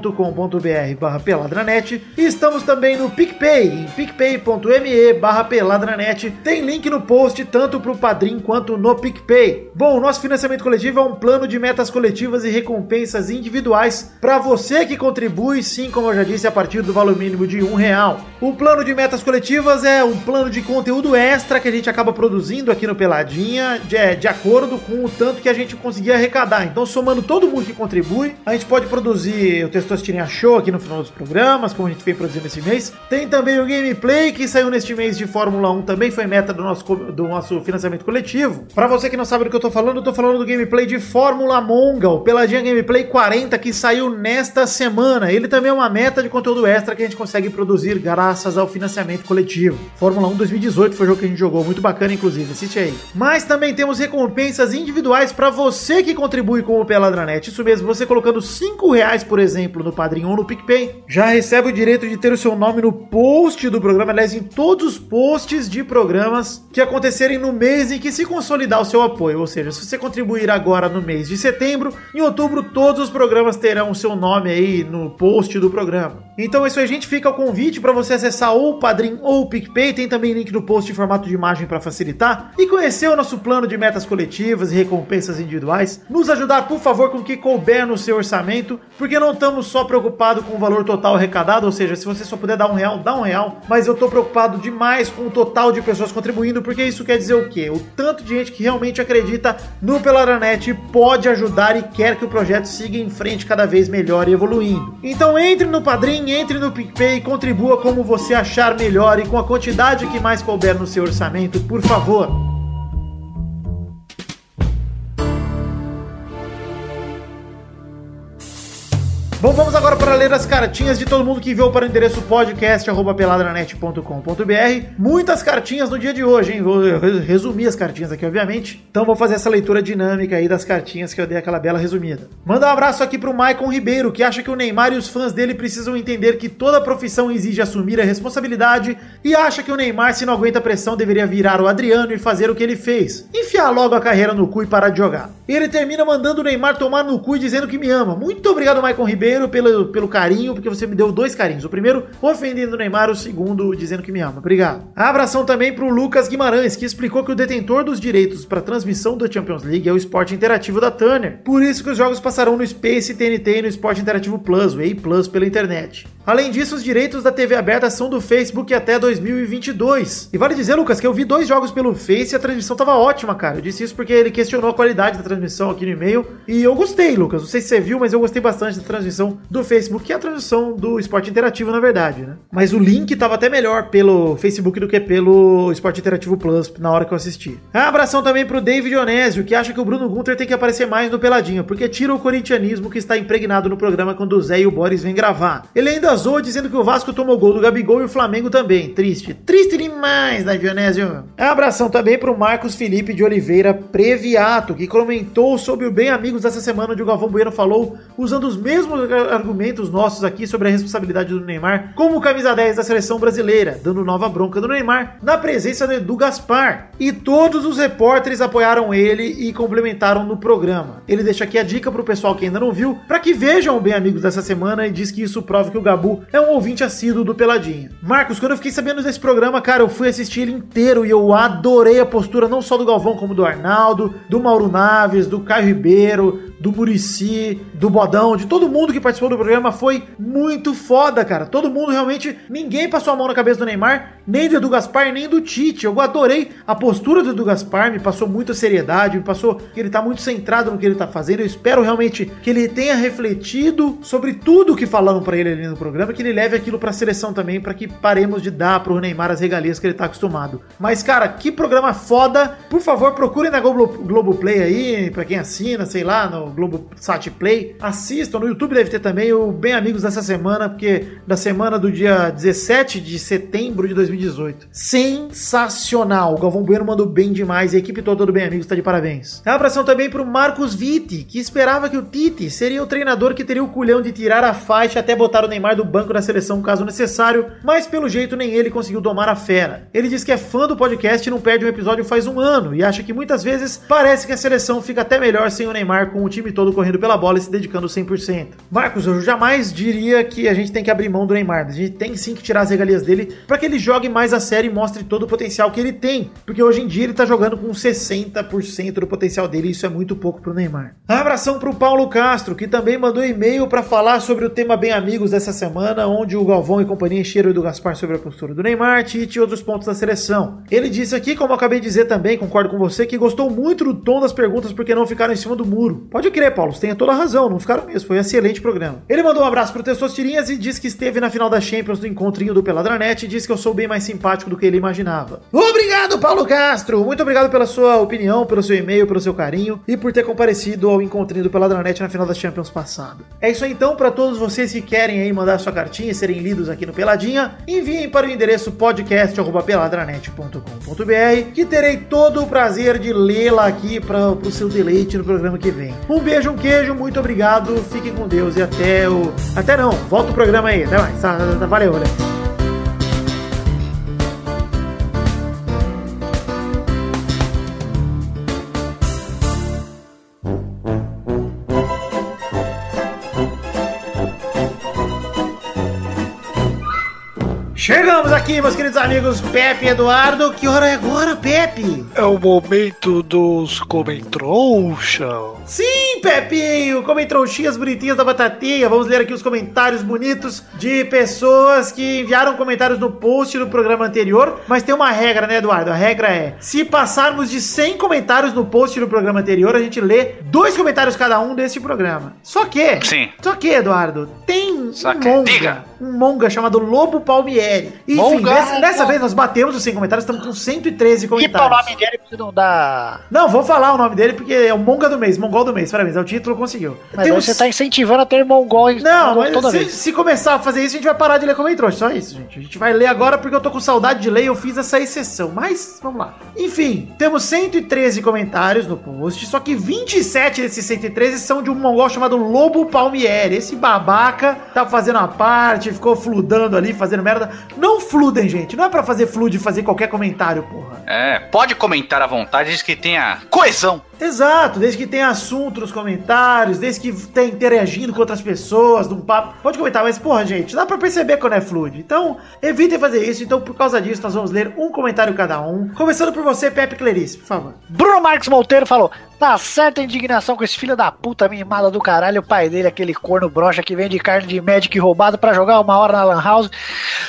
S3: padrim.com.br barra peladranet. E estamos também no PicPay, em picpay.me barra peladranet. Tem link no post tanto para o Padrim quanto no PicPay. Bom, o nosso financiamento coletivo é um plano de metas coletivas e recompensas individuais para você que contribui, sim, como eu já disse, a partir do valor mínimo de um real. O plano de metas coletivas é um plano de conteúdo extra que a gente acaba produzindo aqui no Peladinha, de, de acordo com o tanto que a gente conseguir arrecadar. Então, somando todo mundo que contribui, a gente pode produzir o Testosterinha Show aqui no final dos programas, como a gente vem produzindo esse mês. Tem também o gameplay que saiu neste mês de Fórmula 1, também foi meta do nosso, co- do nosso financiamento coletivo. Para você que não sabe do que eu tô falando, eu tô falando do gameplay de Fórmula Monga, o Peladinha Gameplay 40, que saiu nesta semana. Ele também é uma meta de conteúdo extra que a gente consegue produzir graças ao financiamento coletivo. Fórmula 1 2018 foi o jogo que a gente jogou, muito bacana, inclusive, assiste aí. Mas também temos recompensas individuais para você que contribui com o Peladranet. Isso mesmo, você colocando 5 reais, por exemplo, no Padrim ou no PicPay, já recebe o direito de ter o seu nome no post do programa, aliás, em todos os posts de programas que acontecerem no mês em que se consolidar o seu apoio. Ou seja, se você contribuir agora no mês de setembro, em outubro todos os programas terão o seu nome aí no post do programa. Então é isso aí, gente. Fica o convite para você acessar ou o Padrim ou o PicPay. Tem também link no post em formato de imagem para facilitar. E conhecer o nosso plano de metas coletivas e recompensas individuais. Nos ajudar, por favor, com o que couber no seu orçamento, porque não estamos só preocupados com o valor total arrecadado, ou seja, se você só puder dar um real, dá um real. Mas eu tô preocupado demais com o total de pessoas contribuindo, porque isso quer dizer o quê? O tanto de gente que realmente acredita no Pelaranet pode ajudar e quer que o projeto siga em frente cada vez melhor e evoluindo. Então entre no Padrim, entre no PicPay e contribua como você achar melhor e com a quantidade que mais couber no seu orçamento, por favor. Bom, vamos agora para ler as cartinhas de todo mundo que enviou para o endereço podcast.peladranet.com.br. Muitas cartinhas no dia de hoje, hein? Vou re- resumir as cartinhas aqui, obviamente. Então vou fazer essa leitura dinâmica aí das cartinhas que eu dei aquela bela resumida. Manda um abraço aqui pro Maicon Ribeiro, que acha que o Neymar e os fãs dele precisam entender que toda profissão exige assumir a responsabilidade e acha que o Neymar, se não aguenta a pressão, deveria virar o Adriano e fazer o que ele fez. Enfiar logo a carreira no cu e parar de jogar. Ele termina mandando o Neymar tomar no cu e dizendo que me ama. Muito obrigado, Maicon Ribeiro, pelo, pelo carinho, porque você me deu dois carinhos. O primeiro ofendendo o Neymar, o segundo dizendo que me ama. Obrigado. Abração também pro Lucas Guimarães, que explicou que o detentor dos direitos para transmissão da Champions League é o esporte interativo da Turner. Por isso que os jogos passarão no Space TNT e no Esporte Interativo Plus, o EI Plus pela internet. Além disso, os direitos da TV aberta são do Facebook até 2022. E vale dizer, Lucas, que eu vi dois jogos pelo Face e a transmissão tava ótima, cara. Eu disse isso porque ele questionou a qualidade da transmissão aqui no e-mail. E eu gostei, Lucas. Não sei se você viu, mas eu gostei bastante da transmissão do Facebook e a transmissão do Esporte Interativo, na verdade, né? Mas o link tava até melhor pelo Facebook do que pelo Esporte Interativo Plus na hora que eu assisti. Um Abração também pro David Onésio, que acha que o Bruno Gunter tem que aparecer mais no Peladinho, porque tira o corintianismo que está impregnado no programa quando o Zé e o Boris vêm gravar. Ele ainda vazou dizendo que o Vasco tomou gol do Gabigol e o Flamengo também. Triste. Triste demais, da Dionésio. Um Abração também pro Marcos Felipe de Oliveira Previato, que comentou sobre o Bem Amigos dessa semana, onde o Galvão Bueno falou, usando os mesmos argumentos nossos aqui sobre a responsabilidade do Neymar, como camisa 10 da seleção brasileira, dando nova bronca do Neymar, na presença do Edu Gaspar. E todos os repórteres apoiaram ele e complementaram no programa. Ele deixa aqui a dica pro pessoal que ainda não viu, para que vejam o Bem Amigos dessa semana e diz que isso prova que o Gabu é um ouvinte assíduo do Peladinha. Marcos, quando eu fiquei sabendo desse programa, cara, eu fui assistir ele inteiro e eu adorei a postura não só do Galvão, como do Arnaldo, do Mauro Naves, do Caio Ribeiro, do Murici, do Bodão, de todo mundo que participou do programa foi muito foda, cara. Todo mundo realmente, ninguém passou a mão na cabeça do Neymar, nem do Edu Gaspar, nem do Tite. Eu adorei a postura do Edu Gaspar, me passou muita seriedade, me passou que ele tá muito centrado no que ele tá fazendo. Eu espero realmente que ele tenha refletido sobre tudo que falaram para ele ali no programa, que ele leve aquilo pra seleção também, para que paremos de dar pro Neymar as regalias que ele tá acostumado. Mas, cara, que programa foda. Por favor, procurem na Globo, Globoplay aí, pra quem assina, sei lá, no Globo Sat Play. Assistam, no YouTube deve ter também o Bem Amigos dessa semana, porque da semana do dia 17 de setembro de 2018. Sensacional! O Galvão Bueno mandou bem demais, e a equipe toda do Bem Amigos tá de parabéns. Abração também pro Marcos Vitti, que esperava que o Tite seria o treinador que teria o culhão de tirar a faixa até botar o Neymar do banco da seleção caso necessário, mas pelo jeito nem ele conseguiu domar a fera. Ele diz que é fã do podcast e não perde um episódio faz um ano, e acha que muitas vezes parece que a seleção fica até melhor sem o Neymar com o time todo correndo pela bola e se dedicando 100%. Marcos, eu jamais diria que a gente tem que abrir mão do Neymar. A gente tem sim que tirar as regalias dele para que ele jogue mais a série e mostre todo o potencial que ele tem. Porque hoje em dia ele tá jogando com 60% do potencial dele e isso é muito pouco pro Neymar. Um Abração pro Paulo Castro, que também mandou e-mail para falar sobre o tema Bem Amigos dessa semana, onde o Galvão e companhia encheram o Edu Gaspar sobre a postura do Neymar, Tite e outros pontos da seleção. Ele disse aqui, como eu acabei de dizer também, concordo com você, que gostou muito do tom das perguntas porque não ficaram em cima do muro. Pode crer, Paulo, você tem toda a razão, não ficaram mesmo, foi um excelente programa. Ele mandou um abraço pro Testostirinhas e disse que esteve na final da Champions do encontrinho do Peladranet e disse que eu sou bem mais simpático do que ele imaginava. Obrigado, Paulo Castro! Muito obrigado pela sua opinião, pelo seu e-mail, pelo seu carinho e por ter comparecido ao encontrinho do Peladranet na final da Champions passada. É isso aí, então, para todos vocês que querem aí mandar sua cartinha e serem lidos aqui no Peladinha, enviem para o endereço podcast@peladranet.com.br que terei todo o prazer de lê-la aqui para o seu deleite no programa que vem. Um beijo, um queijo, muito obrigado, fiquem com Deus e até o. Até não, volta o programa aí, até mais. Tá, tá, tá, Valeu, Alex. Chegamos aqui, meus queridos amigos Pepe e Eduardo. Que hora é agora, Pepe?
S1: É o momento dos comentrouxas.
S3: Sim, Pepinho! Comem trouxinhas bonitinhas da batatinha. Vamos ler aqui os comentários bonitos de pessoas que enviaram comentários no post do programa anterior. Mas tem uma regra, né, Eduardo? A regra é: se passarmos de 100 comentários no post do programa anterior, a gente lê dois comentários cada um deste programa. Só que.
S4: Sim.
S3: Só que, Eduardo, tem
S4: Só
S3: um
S4: que-
S3: monga.
S4: diga.
S3: Um monga chamado Lobo Palmieri. Enfim,
S1: Monga.
S3: dessa, dessa vez nós batemos os 100 comentários, estamos com 113
S1: E pra
S3: comentários.
S1: Tipo, nome dele, porque não dá.
S3: Não, vou falar o nome dele porque é o Monga do mês, Mongol do mês, parabéns, é o título, conseguiu.
S1: Mas
S3: Tem
S1: aí
S3: uns-
S1: você tá incentivando a ter mongol em-
S3: Não, mas
S1: toda
S3: se,
S1: vez.
S3: se começar a fazer isso, a gente vai parar de ler comentários, só isso, gente. A gente vai ler agora porque eu tô com saudade de ler e eu fiz essa exceção, mas vamos lá. Enfim, temos 113 comentários no post, só que 27 desses 113 são de um mongol chamado Lobo Palmieri. Esse babaca tá fazendo a parte, ficou fludando ali, fazendo merda. Não fludem, gente, não é pra fazer flude e fazer qualquer comentário, porra.
S4: É, pode comentar à vontade, diz que tenha coesão.
S3: Exato, desde que tenha assunto nos comentários, desde que tenha interagindo com outras pessoas, num papo. Pode comentar, mas porra, gente, dá pra perceber quando é fluido. Então, evitem fazer isso. Então, por causa disso, nós vamos ler um comentário cada um. Começando por você, Pepe Clerice, por favor.
S1: Bruno Marques Monteiro falou: tá certa indignação com esse filho da puta mimada do caralho, o pai dele, é aquele corno brocha que vende carne de médico e roubado pra jogar uma hora na Lan House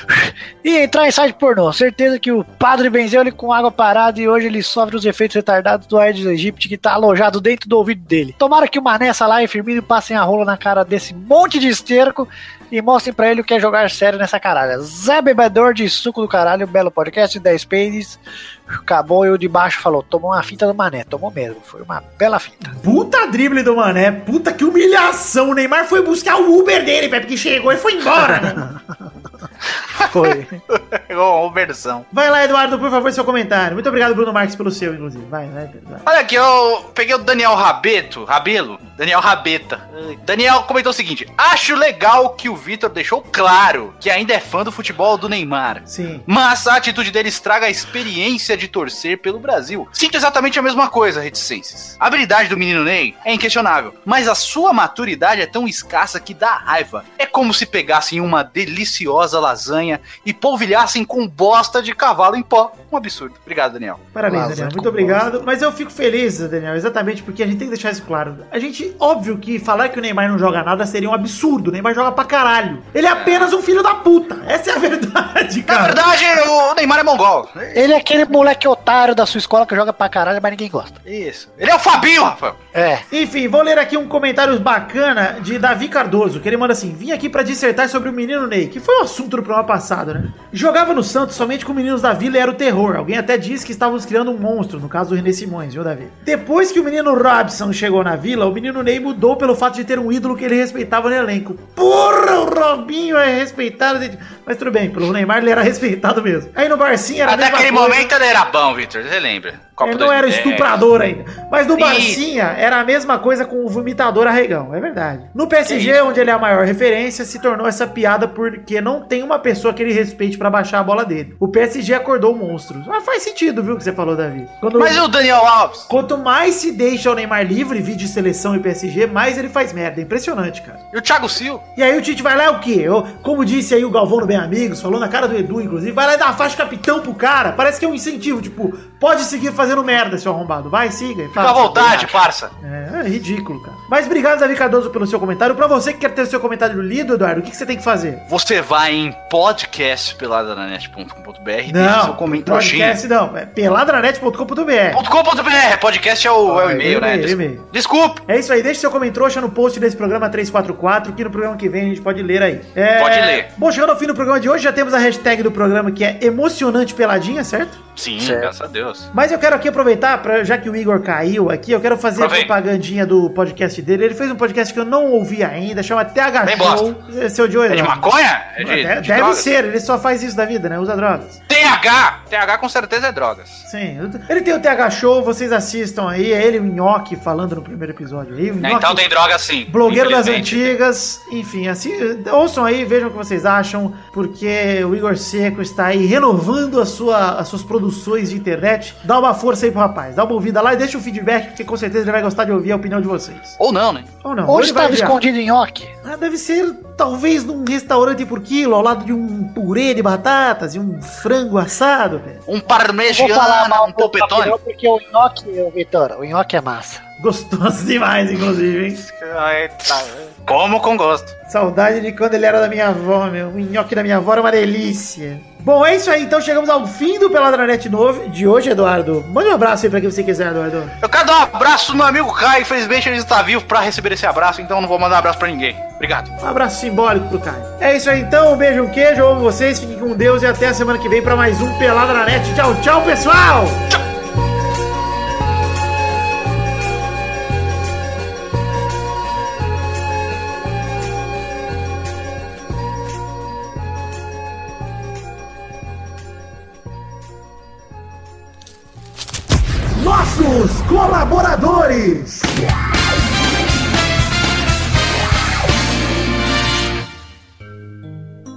S1: e entrar em site pornô. Certeza que o padre benzeu ele com água parada e hoje ele sofre os efeitos retardados do Aedes aegypti que tá alojado dentro do ouvido dele. Tomara que o Mané, Salah e Firmino passem a rola na cara desse monte de esterco e mostrem pra ele o que é jogar sério nessa caralha. Zé Bebedor de Suco do Caralho, belo podcast, 10 pênis. Acabou e o de baixo falou: tomou uma fita do mané, tomou mesmo. Foi uma bela fita.
S3: Puta drible do Mané, puta que humilhação. O Neymar foi buscar o Uber dele, Pepe, que chegou e foi embora, né?
S1: Foi.
S4: Igual uma versão.
S3: Vai lá, Eduardo, por favor, seu comentário. Muito obrigado, Bruno Marques, pelo seu, inclusive. Vai, vai, vai.
S4: Olha aqui, eu peguei o Daniel Rabeto, Rabelo? Daniel Rabeta. Daniel comentou o seguinte: Acho legal que o Vitor deixou claro que ainda é fã do futebol do Neymar.
S3: Sim.
S4: Mas a atitude dele estraga a experiência de torcer pelo Brasil. Sinto exatamente a mesma coisa, reticências. A habilidade do menino Ney é inquestionável, mas a sua maturidade é tão escassa que dá raiva. É como se pegassem uma deliciosa lasanha e polvilhassem com bosta de cavalo em pó. Um absurdo. Obrigado, Daniel.
S3: Parabéns,
S1: Lázaro,
S3: Daniel. Muito
S1: concordo.
S3: obrigado. Mas eu fico feliz, Daniel, exatamente porque a gente tem que deixar isso claro. A gente, óbvio que falar que o Neymar não joga nada seria um absurdo. O Neymar joga pra caralho. Ele é apenas um filho da puta. Essa é a verdade,
S4: Na
S3: cara.
S4: verdade, o Neymar é mongol.
S1: Ele é aquele moleque otário da sua escola que joga pra caralho, mas ninguém gosta.
S4: Isso. Ele é o Fabinho, Rafael.
S1: É.
S3: Enfim, vou ler aqui um comentário bacana de Davi Cardoso, que ele manda assim: Vim aqui pra dissertar sobre o menino Ney, que foi o assunto do programa passado, né? Jogava no Santos somente com meninos da vila e era o terror. Alguém até disse que estávamos criando um monstro, no caso do René Simões, viu, Davi? Depois que o menino Robson chegou na vila, o menino Ney mudou pelo fato de ter um ídolo que ele respeitava no elenco. Porra, o Robinho é respeitado. gente. Mas tudo bem, pelo Neymar ele era respeitado mesmo. Aí no Barcinho era a
S4: Até
S3: mesma
S4: aquele
S3: coisa.
S4: momento ele era bom, Victor. Você lembra? Copa
S3: Ele não era
S4: 2010.
S3: estuprador ainda. Mas no
S4: Ih.
S3: Barcinha era a mesma coisa com o vomitador arregão, é verdade. No
S4: Que
S3: PSG,
S4: isso?
S3: onde ele é a maior referência, se tornou essa piada porque não tem uma pessoa que ele respeite pra baixar a bola dele. O PSG acordou monstros. Mas faz sentido, viu, o que você falou, Davi. Quando-
S4: Mas e o Daniel Alves?
S3: Quanto mais se deixa o Neymar livre, vídeo seleção e PSG, mais ele faz merda. É Impressionante, cara.
S4: E o Thiago Silva?
S3: E aí o Tite vai lá é o quê? Eu, como disse aí o Galvão do Bem Amigos, falou na cara do Edu, inclusive, vai lá e dá a faixa de capitão pro cara. Parece que é um incentivo, tipo, pode seguir fazendo merda, seu arrombado. Vai, siga. e
S4: Fica à
S3: faça.
S4: vontade, parça.
S3: É, é ridículo, cara. Mas obrigado, Davi Cardoso, pelo seu comentário. Pra você que quer ter o seu comentário lido, Eduardo, o que, que você tem que fazer?
S4: Você vai em podcastpeladanet.com.br e deixa seu comentário.
S3: podcast não. É peladranet.com.br.
S4: .com.br, podcast é o, é o e-mail, né?
S3: É,
S4: Des-
S3: e-mail.
S4: Desculpa,
S3: É isso aí, deixe seu comentário trouxa no post desse programa 344, que no programa que vem a gente pode ler aí. É,
S4: Pode ler.
S3: Bom, chegando ao fim do programa de hoje, já temos a hashtag do programa que é emocionante peladinha, certo?
S4: sim,
S1: Certo.
S4: graças a Deus.
S3: Mas eu quero aqui aproveitar, pra, já que o Igor caiu aqui, eu quero fazer a
S4: Aproveita.
S3: propagandinha do podcast dele. Ele fez um podcast que eu não ouvi ainda, chama TH
S4: Bem
S3: Show. Seu Joe
S4: É de maconha? É de,
S3: Até-
S4: de
S3: Deve
S4: drogas?
S3: ser, ele só faz isso da vida, né? Usa drogas.
S4: TH! TH com certeza é drogas.
S3: Sim. Ele tem o TH Show, vocês assistam aí. É ele e o Nhoque falando no primeiro episódio aí. O
S4: Né,
S3: Nhoque-
S4: Então tem droga sim.
S3: Blogueiro das
S4: infelizmente.
S3: antigas, enfim, assim, ouçam aí, vejam o que vocês acham, porque o Igor Seco está aí renovando a sua, as suas produções de internet. Dá uma força aí pro rapaz, dá uma ouvida lá e deixa um feedback, porque com certeza ele vai gostar de ouvir a opinião de vocês.
S4: Ou não, né?
S3: Ou não?
S1: Onde
S3: ele vai
S1: estava
S3: odiar.
S1: escondido em nhoque?
S3: Ah, deve ser talvez num restaurante por quilo, ao lado de um purê de batatas e um frango assado, velho.
S4: Um
S1: Vou falar
S4: parmegiana,
S1: mal
S4: um
S1: do
S4: topetone.
S1: papelão porque o nhoque, ô, Vitor, o nhoque é massa.
S3: Gostoso demais, inclusive, hein?
S4: Como com gosto.
S3: Saudade de quando ele era da minha avó, meu. O nhoque da minha avó era uma delícia. Bom, é isso aí. Então chegamos ao fim do Peladranet novo de hoje, Eduardo. Mande um abraço aí pra quem você quiser, Eduardo.
S4: Eu quero dar um abraço no meu amigo Caio. Infelizmente ele está vivo para receber esse abraço, então eu não vou mandar abraço para ninguém. Obrigado.
S3: Um abraço simbólico pro Caio. É isso aí então. Um beijo, um queijo. Eu amo vocês. Fiquem com Deus e até a semana que vem pra mais um Peladranet. Tchau, tchau, pessoal! Nossos colaboradores!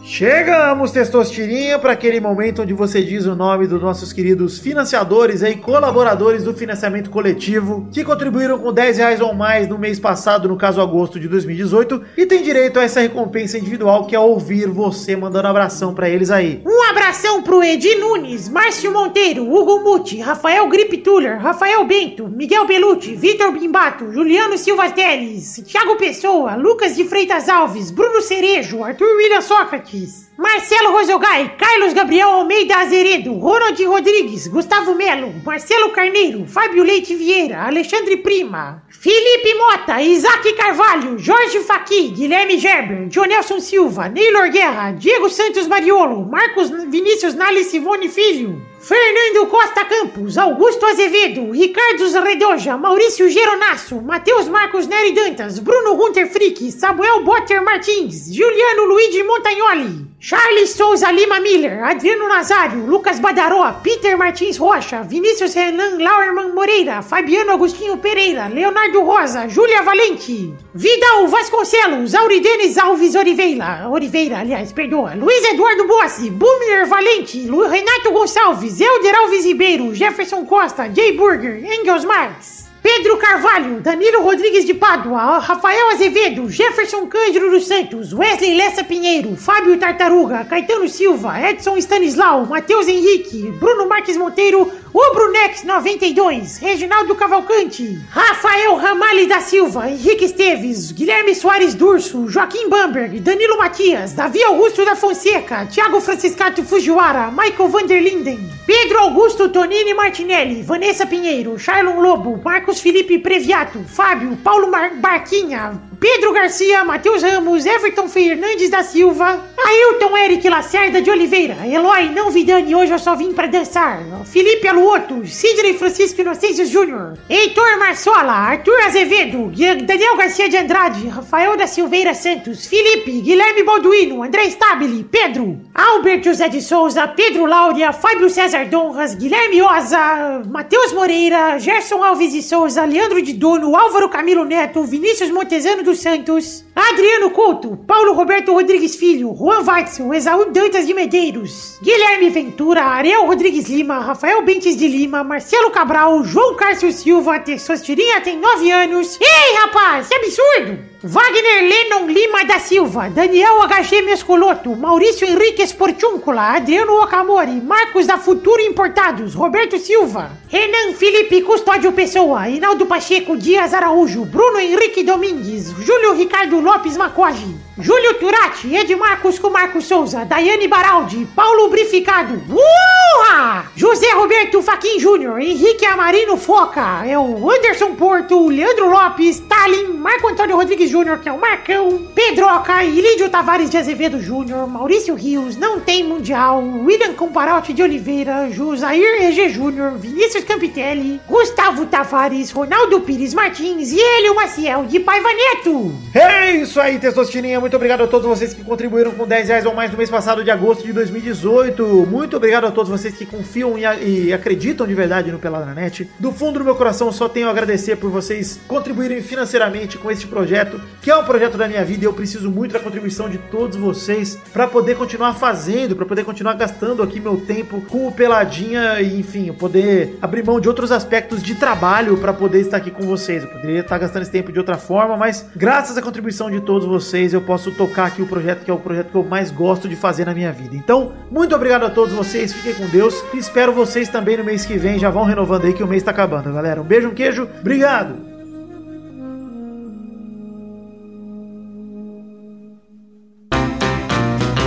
S3: Chegamos, Testostirinha, para aquele momento onde você diz o nome dos nossos queridos financiadores e colaboradores do financiamento coletivo que contribuíram com 10 reais ou mais no mês passado, no caso agosto de 2018, e tem direito a essa recompensa individual que é ouvir você mandando um abração para eles aí.
S6: Um abração pro Edi Nunes, Márcio Monteiro, Hugo Muti, Rafael Grip Tuller, Rafael Bento, Miguel Belucci, Vitor Bimbato, Juliano Silva Teles, Thiago Pessoa, Lucas de Freitas Alves, Bruno Cerejo, Arthur William Sócrates,
S3: Rodrigues, Marcelo Rosogai, Carlos Gabriel Almeida Azeredo, Ronald Rodrigues, Gustavo Melo, Marcelo Carneiro, Fábio Leite Vieira, Alexandre Prima, Felipe Mota, Isaac Carvalho, Jorge Faqui, Guilherme Gerber, Jonelson Silva, Neylor Guerra, Diego Santos Mariolo, Marcos Vinícius Nali Sivone Filho, Fernando Costa Campos, Augusto Azevedo, Ricardo Redoja, Maurício Geronasso, Matheus Marcos Neri Dantas, Bruno Gunter Frick, Samuel Botter Martins, Juliano Luigi Montagnoli, Charles Souza Lima Miller, Adriano Nazário, Lucas Badaró, Peter Martins Rocha, Vinícius Renan Lauerman Moreira, Fabiano Agostinho Pereira, Leonardo Rosa, Júlia Valente, Vidal Vasconcelos, Auridenes Alves Oliveira, Oliveira, aliás, perdoa, Luiz Eduardo Bossi, Bumner Valente, Lu- Renato Gonçalves, Helder Alves Ribeiro, Jefferson Costa, Jay Burger, Engels Marx. Pedro Carvalho, Danilo Rodrigues de Pádua, Rafael Azevedo, Jefferson Cândido dos Santos, Wesley Lessa Pinheiro, Fábio Tartaruga, Caetano Silva, Edson Stanislau, Matheus Henrique, Bruno Marques Monteiro, o Brunex 92, Reginaldo Cavalcante, Rafael Ramalho da Silva, Henrique Esteves, Guilherme Soares Durso, Joaquim Bamberg, Danilo Matias, Davi Augusto da Fonseca, Thiago Franciscato Fujiwara, Michael Vanderlinden, Pedro Augusto Tonini Martinelli, Vanessa Pinheiro, Charlon Lobo, Marcos Felipe Previato, Fábio, Paulo Mar- Barquinha, Pedro Garcia, Matheus Ramos, Everton Fernandes da Silva, Ailton Eric Lacerda de Oliveira, Eloy Não Vidani, hoje eu só vim pra dançar, Felipe Aluoto, Sidney Francisco Inocêncio Júnior, Heitor Marçola, Arthur Azevedo, Gui- Daniel Garcia de Andrade, Rafael da Silveira Santos, Felipe, Guilherme Balduino, André Stabile, Pedro, Albert José de Souza, Pedro Laura, Fábio César Donras, Guilherme Oza, Matheus Moreira, Gerson Alves de Souza, Leandro de Dono, Álvaro Camilo Neto, Vinícius Montezano dos Santos, Adriano Couto, Paulo Roberto Rodrigues Filho, Juan Watson, Exaú Dantas de Medeiros, Guilherme Ventura, Ariel Rodrigues Lima, Rafael Bentes de Lima, Marcelo Cabral, João Cárcio Silva, Tessos Tirinha tem 9 anos. Ei, rapaz, que absurdo! Wagner Lennon Lima da Silva, Daniel HG Mescoloto, Maurício Henrique Esportúncula, Adriano Okamori, Marcos da Futuro Importados, Roberto Silva, Renan Felipe Custódio Pessoa, Hinaldo Pacheco Dias Araújo, Bruno Henrique Domingues, Júlio Ricardo Lopes Macoge, Júlio Turati, Edmarcos com Marcos Souza, Daiane Baraldi, Paulo Brificado, Urra! Ah, José Roberto Faquin Júnior, Henrique Amarino Foca, é o Anderson Porto, Leandro Lopes, Talin, Marco Antônio Rodrigues Júnior, que é o Marcão, Pedroca, Ilídio Tavares de Azevedo Júnior, Maurício Rios, Não Tem Mundial, William Comparote de Oliveira, Josair EG Júnior, Vinícius Campitelli, Gustavo Tavares, Ronaldo Pires Martins e ele, o Maciel de Paiva Neto.
S8: É isso aí, Testosterinha. Muito obrigado a todos vocês que contribuíram com 10 reais ou mais no mês passado de agosto de 2018. Muito obrigado a todos vocês que confiam e, a- e acreditam de verdade no Peladranet. Do fundo do meu coração, só tenho a agradecer por vocês contribuírem financeiramente com este projeto, que é um projeto da minha vida e eu preciso muito da contribuição de todos vocês para poder continuar fazendo, para poder continuar gastando aqui meu tempo com o Peladinha e, enfim, eu poder abrir mão de outros aspectos de trabalho para poder estar aqui com vocês. Eu poderia estar gastando esse tempo de outra forma, mas graças à contribuição de todos vocês, eu posso tocar aqui o projeto que é o projeto que eu mais gosto de fazer na minha vida. Então, muito obrigado a todos vocês, fiquem com Deus e espero vocês também no mês que vem. Já vão renovando aí que o mês tá acabando, galera. Um beijo, um queijo, obrigado!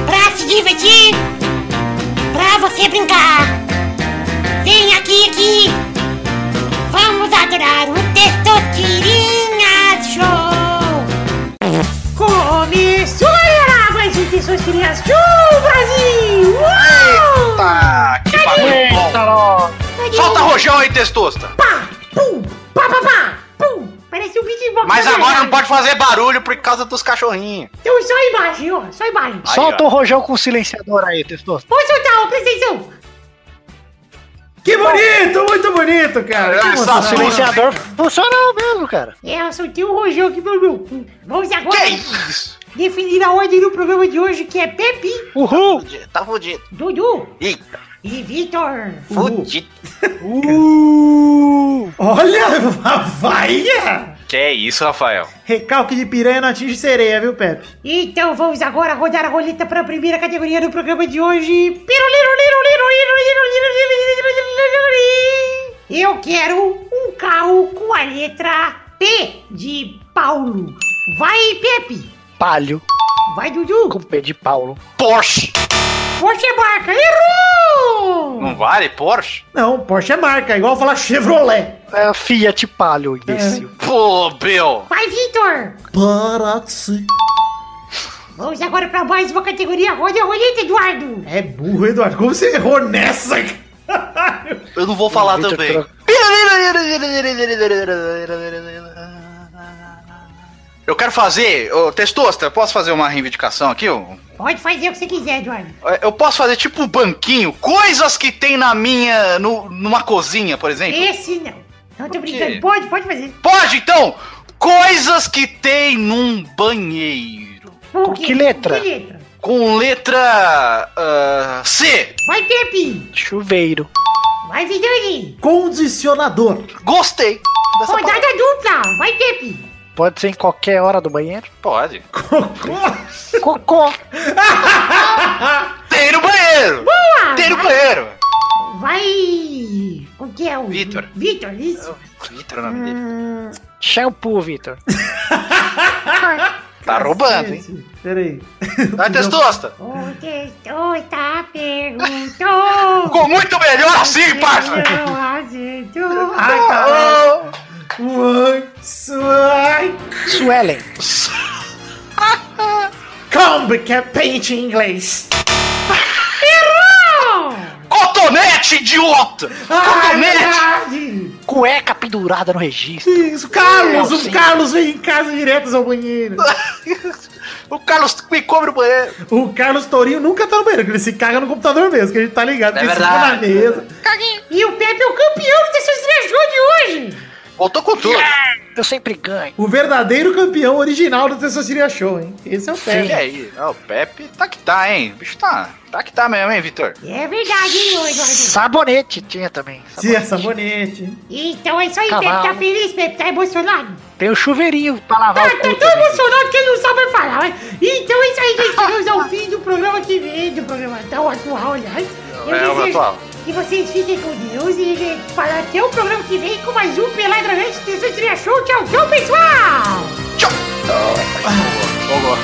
S6: pra se divertir, pra você brincar. Vem aqui, aqui, vamos adorar o Testosterinha Show.
S3: Começou a mais de pessoas crianças do Brasil! Uau! um
S4: Tá, que bagulho bom. Solta rojão aí, testosta.
S3: Pá, pum, pá, pá, pá, pum. Parece um beatbox.
S4: Mas
S3: da
S4: agora não
S3: verdade.
S4: pode fazer barulho por causa dos cachorrinhos.
S3: Então só embaixo, ó, só embaixo.
S4: Aí,
S1: Solta
S4: ó.
S1: o rojão com o silenciador aí, Testoso.
S3: Vou soltar, ó, presta atenção.
S8: Que bonito, muito bonito, cara! Que
S4: Olha só,
S1: O
S8: emoção.
S1: silenciador funcionou mesmo, cara.
S3: É, eu soltei o rojão aqui pelo meu cu. Vamos agora
S4: Que isso?
S3: definir a ordem do programa de hoje, que é Pepe,
S1: Uhul!
S4: Tá fudido.
S3: Dudu
S4: Eita,
S3: e Vitor.
S4: fudido.
S8: Olha, vaia!
S4: Que isso, Rafael?
S8: Recalque de piranha não atinge sereia, viu, Pepe?
S3: Então vamos agora rodar a roleta para a primeira categoria do programa de hoje. Eu quero um carro com a letra P de Paulo. Vai, Pepe!
S1: Palho.
S3: Vai, Dudu.
S1: Com o pé de Paulo.
S4: Porsche!
S3: Porsche é marca. Errou!
S4: Não vale, Porsche?
S8: Não, Porsche é marca, igual falar Chevrolet.
S1: É, Fiat Palio, imbecil.
S4: É. Pô, Bill!
S3: Vai, Vitor.
S2: Parati.
S3: Vamos agora pra mais uma categoria. Roda a roleta, Eduardo.
S8: É burro, Eduardo. Como você errou nessa? Caralho.
S4: Eu não vou falar
S1: Vitor
S4: também.
S1: Tro-
S4: Eu quero fazer. Ô, Testosta, posso fazer uma reivindicação aqui? ô?
S3: Pode fazer o que você quiser, Eduardo.
S4: Eu posso fazer tipo um banquinho, coisas que tem na minha. no- numa cozinha, por exemplo.
S3: Esse não. Não tô
S4: então, Por quê?
S3: brincando. Pode, pode fazer.
S4: Pode então! Coisas que tem num banheiro.
S3: Por
S1: Com
S3: quê?
S1: que letra?
S3: Com que letra?
S4: Com letra. ah, C!
S3: Vai, Pepe.
S1: Chuveiro.
S3: Vai, Vidani.
S8: Condicionador.
S4: Gostei! Dessa palavra.
S3: Rodada dupla. Vai, Pepe.
S1: Pode ser em qualquer hora do banheiro.
S4: Pode.
S1: Cocô.
S4: Tem no banheiro!
S3: Boa.
S4: Tem no
S3: Vai-
S4: banheiro!
S3: Vai. O que é o...
S4: Vitor.
S3: Vitor, isso.
S4: Vitor é o nome dele.
S3: Hum,
S1: Shampoo, Vitor.
S4: Tá roubando, hein?
S8: Peraí.
S4: Vai, Testosta!
S3: O texto tá perguntou.
S4: Ficou muito melhor assim, parça! tá.
S8: Ai, caralho. oh. Uai, suai.
S1: Suelen.
S8: Combe que é pente em inglês.
S4: Cotonete, idiota! Cotonete!
S8: verdade.
S1: Cueca pendurada no registro.
S8: Ah, Isso, Carlos.
S1: Sim.
S8: O Carlos vem em casa direto ao banheiro.
S4: O Carlos me cobre o banheiro.
S8: O Carlos Tourinho nunca tá no banheiro, que ele se caga no computador mesmo, que a gente tá ligado.
S4: É
S8: que ele se
S4: verdade.
S8: na mesa.
S3: E o Pepe é o campeão dessas três shows de hoje.
S4: Voltou com tudo.
S1: Eu sempre ganho.
S8: O verdadeiro campeão original do Testosterinha Show, hein? Esse é o
S4: E
S8: Pepe.
S4: aí? Ah, o Pepe tá que tá, hein? O bicho tá. Tá que tá mesmo, hein, Vitor?
S3: É verdade, hein, ô Eduardo?
S1: Sabonete tinha também.
S8: Se é sabonete.
S3: Então é isso aí,
S1: Cavalo.
S3: Pepe. Tá feliz, Pepe? Tá emocionado?
S1: Tem o chuveirinho pra lavar
S3: Tá,
S1: o
S3: tá
S1: cu.
S3: tão
S1: também.
S3: emocionado que ele não sabe falar. né? Então é isso aí, gente. Chegamos ao fim do programa que vem, do programa tão atual, aliás. Eu
S4: É, o atual.
S3: que vocês fiquem com Deus e gente, para até o programa que vem com mais um Peladranete Testosterinha Show. Tchau, tchau, pessoal!
S4: Tchau! Vamos lá.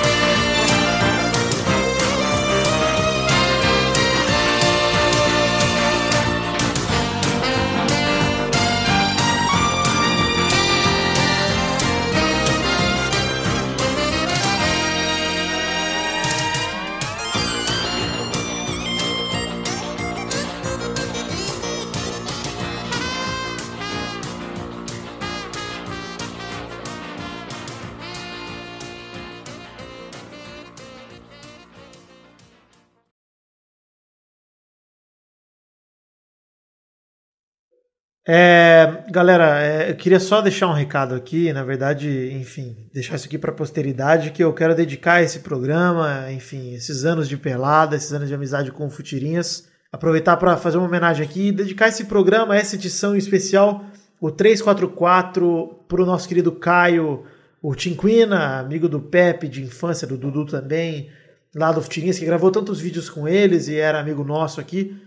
S8: É, galera, é, eu queria só deixar um recado aqui, na verdade, enfim, deixar isso aqui pra posteridade, que eu quero dedicar esse programa, enfim, esses anos de pelada, esses anos de amizade com o Futirinhas, aproveitar pra fazer uma homenagem aqui e dedicar esse programa, essa edição em especial, o 344, pro nosso querido Caio, o Tinquina, amigo do Pepe de infância, do Dudu também, lá do Futirinhas, que gravou tantos vídeos com eles e era amigo nosso aqui,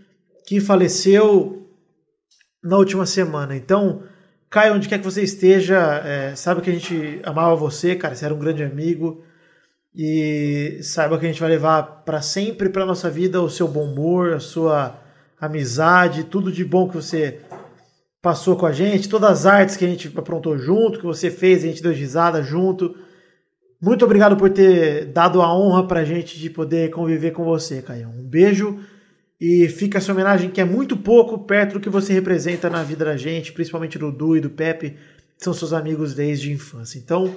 S8: que faleceu na última semana. Então, Caio, onde quer que você esteja, é, saiba que a gente amava você, cara, você era um grande amigo. E saiba que a gente vai levar para sempre para nossa vida o seu bom humor, a sua amizade, tudo de bom que você passou com a gente, todas as artes que a gente aprontou junto, que você fez, a gente deu risada junto. Muito obrigado por ter dado a honra pra gente de poder conviver com você, Caio. Um beijo e fica essa homenagem que é muito pouco perto do que você representa na vida da gente, principalmente do Du e do Pepe, que são seus amigos desde a infância. Então,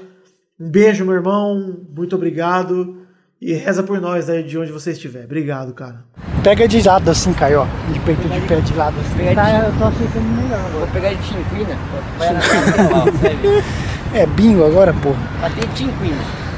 S8: um beijo, meu irmão. Muito obrigado. E reza por nós aí de onde você estiver. Obrigado, cara.
S1: Pega de lado assim, Caio, ó. De peito de pé de lado assim. Tá, eu tô ficando melhor.
S9: Vou pegar de tinquina, vai na lateral, sabe?
S1: É bingo agora, porra.
S9: Bater tinquina.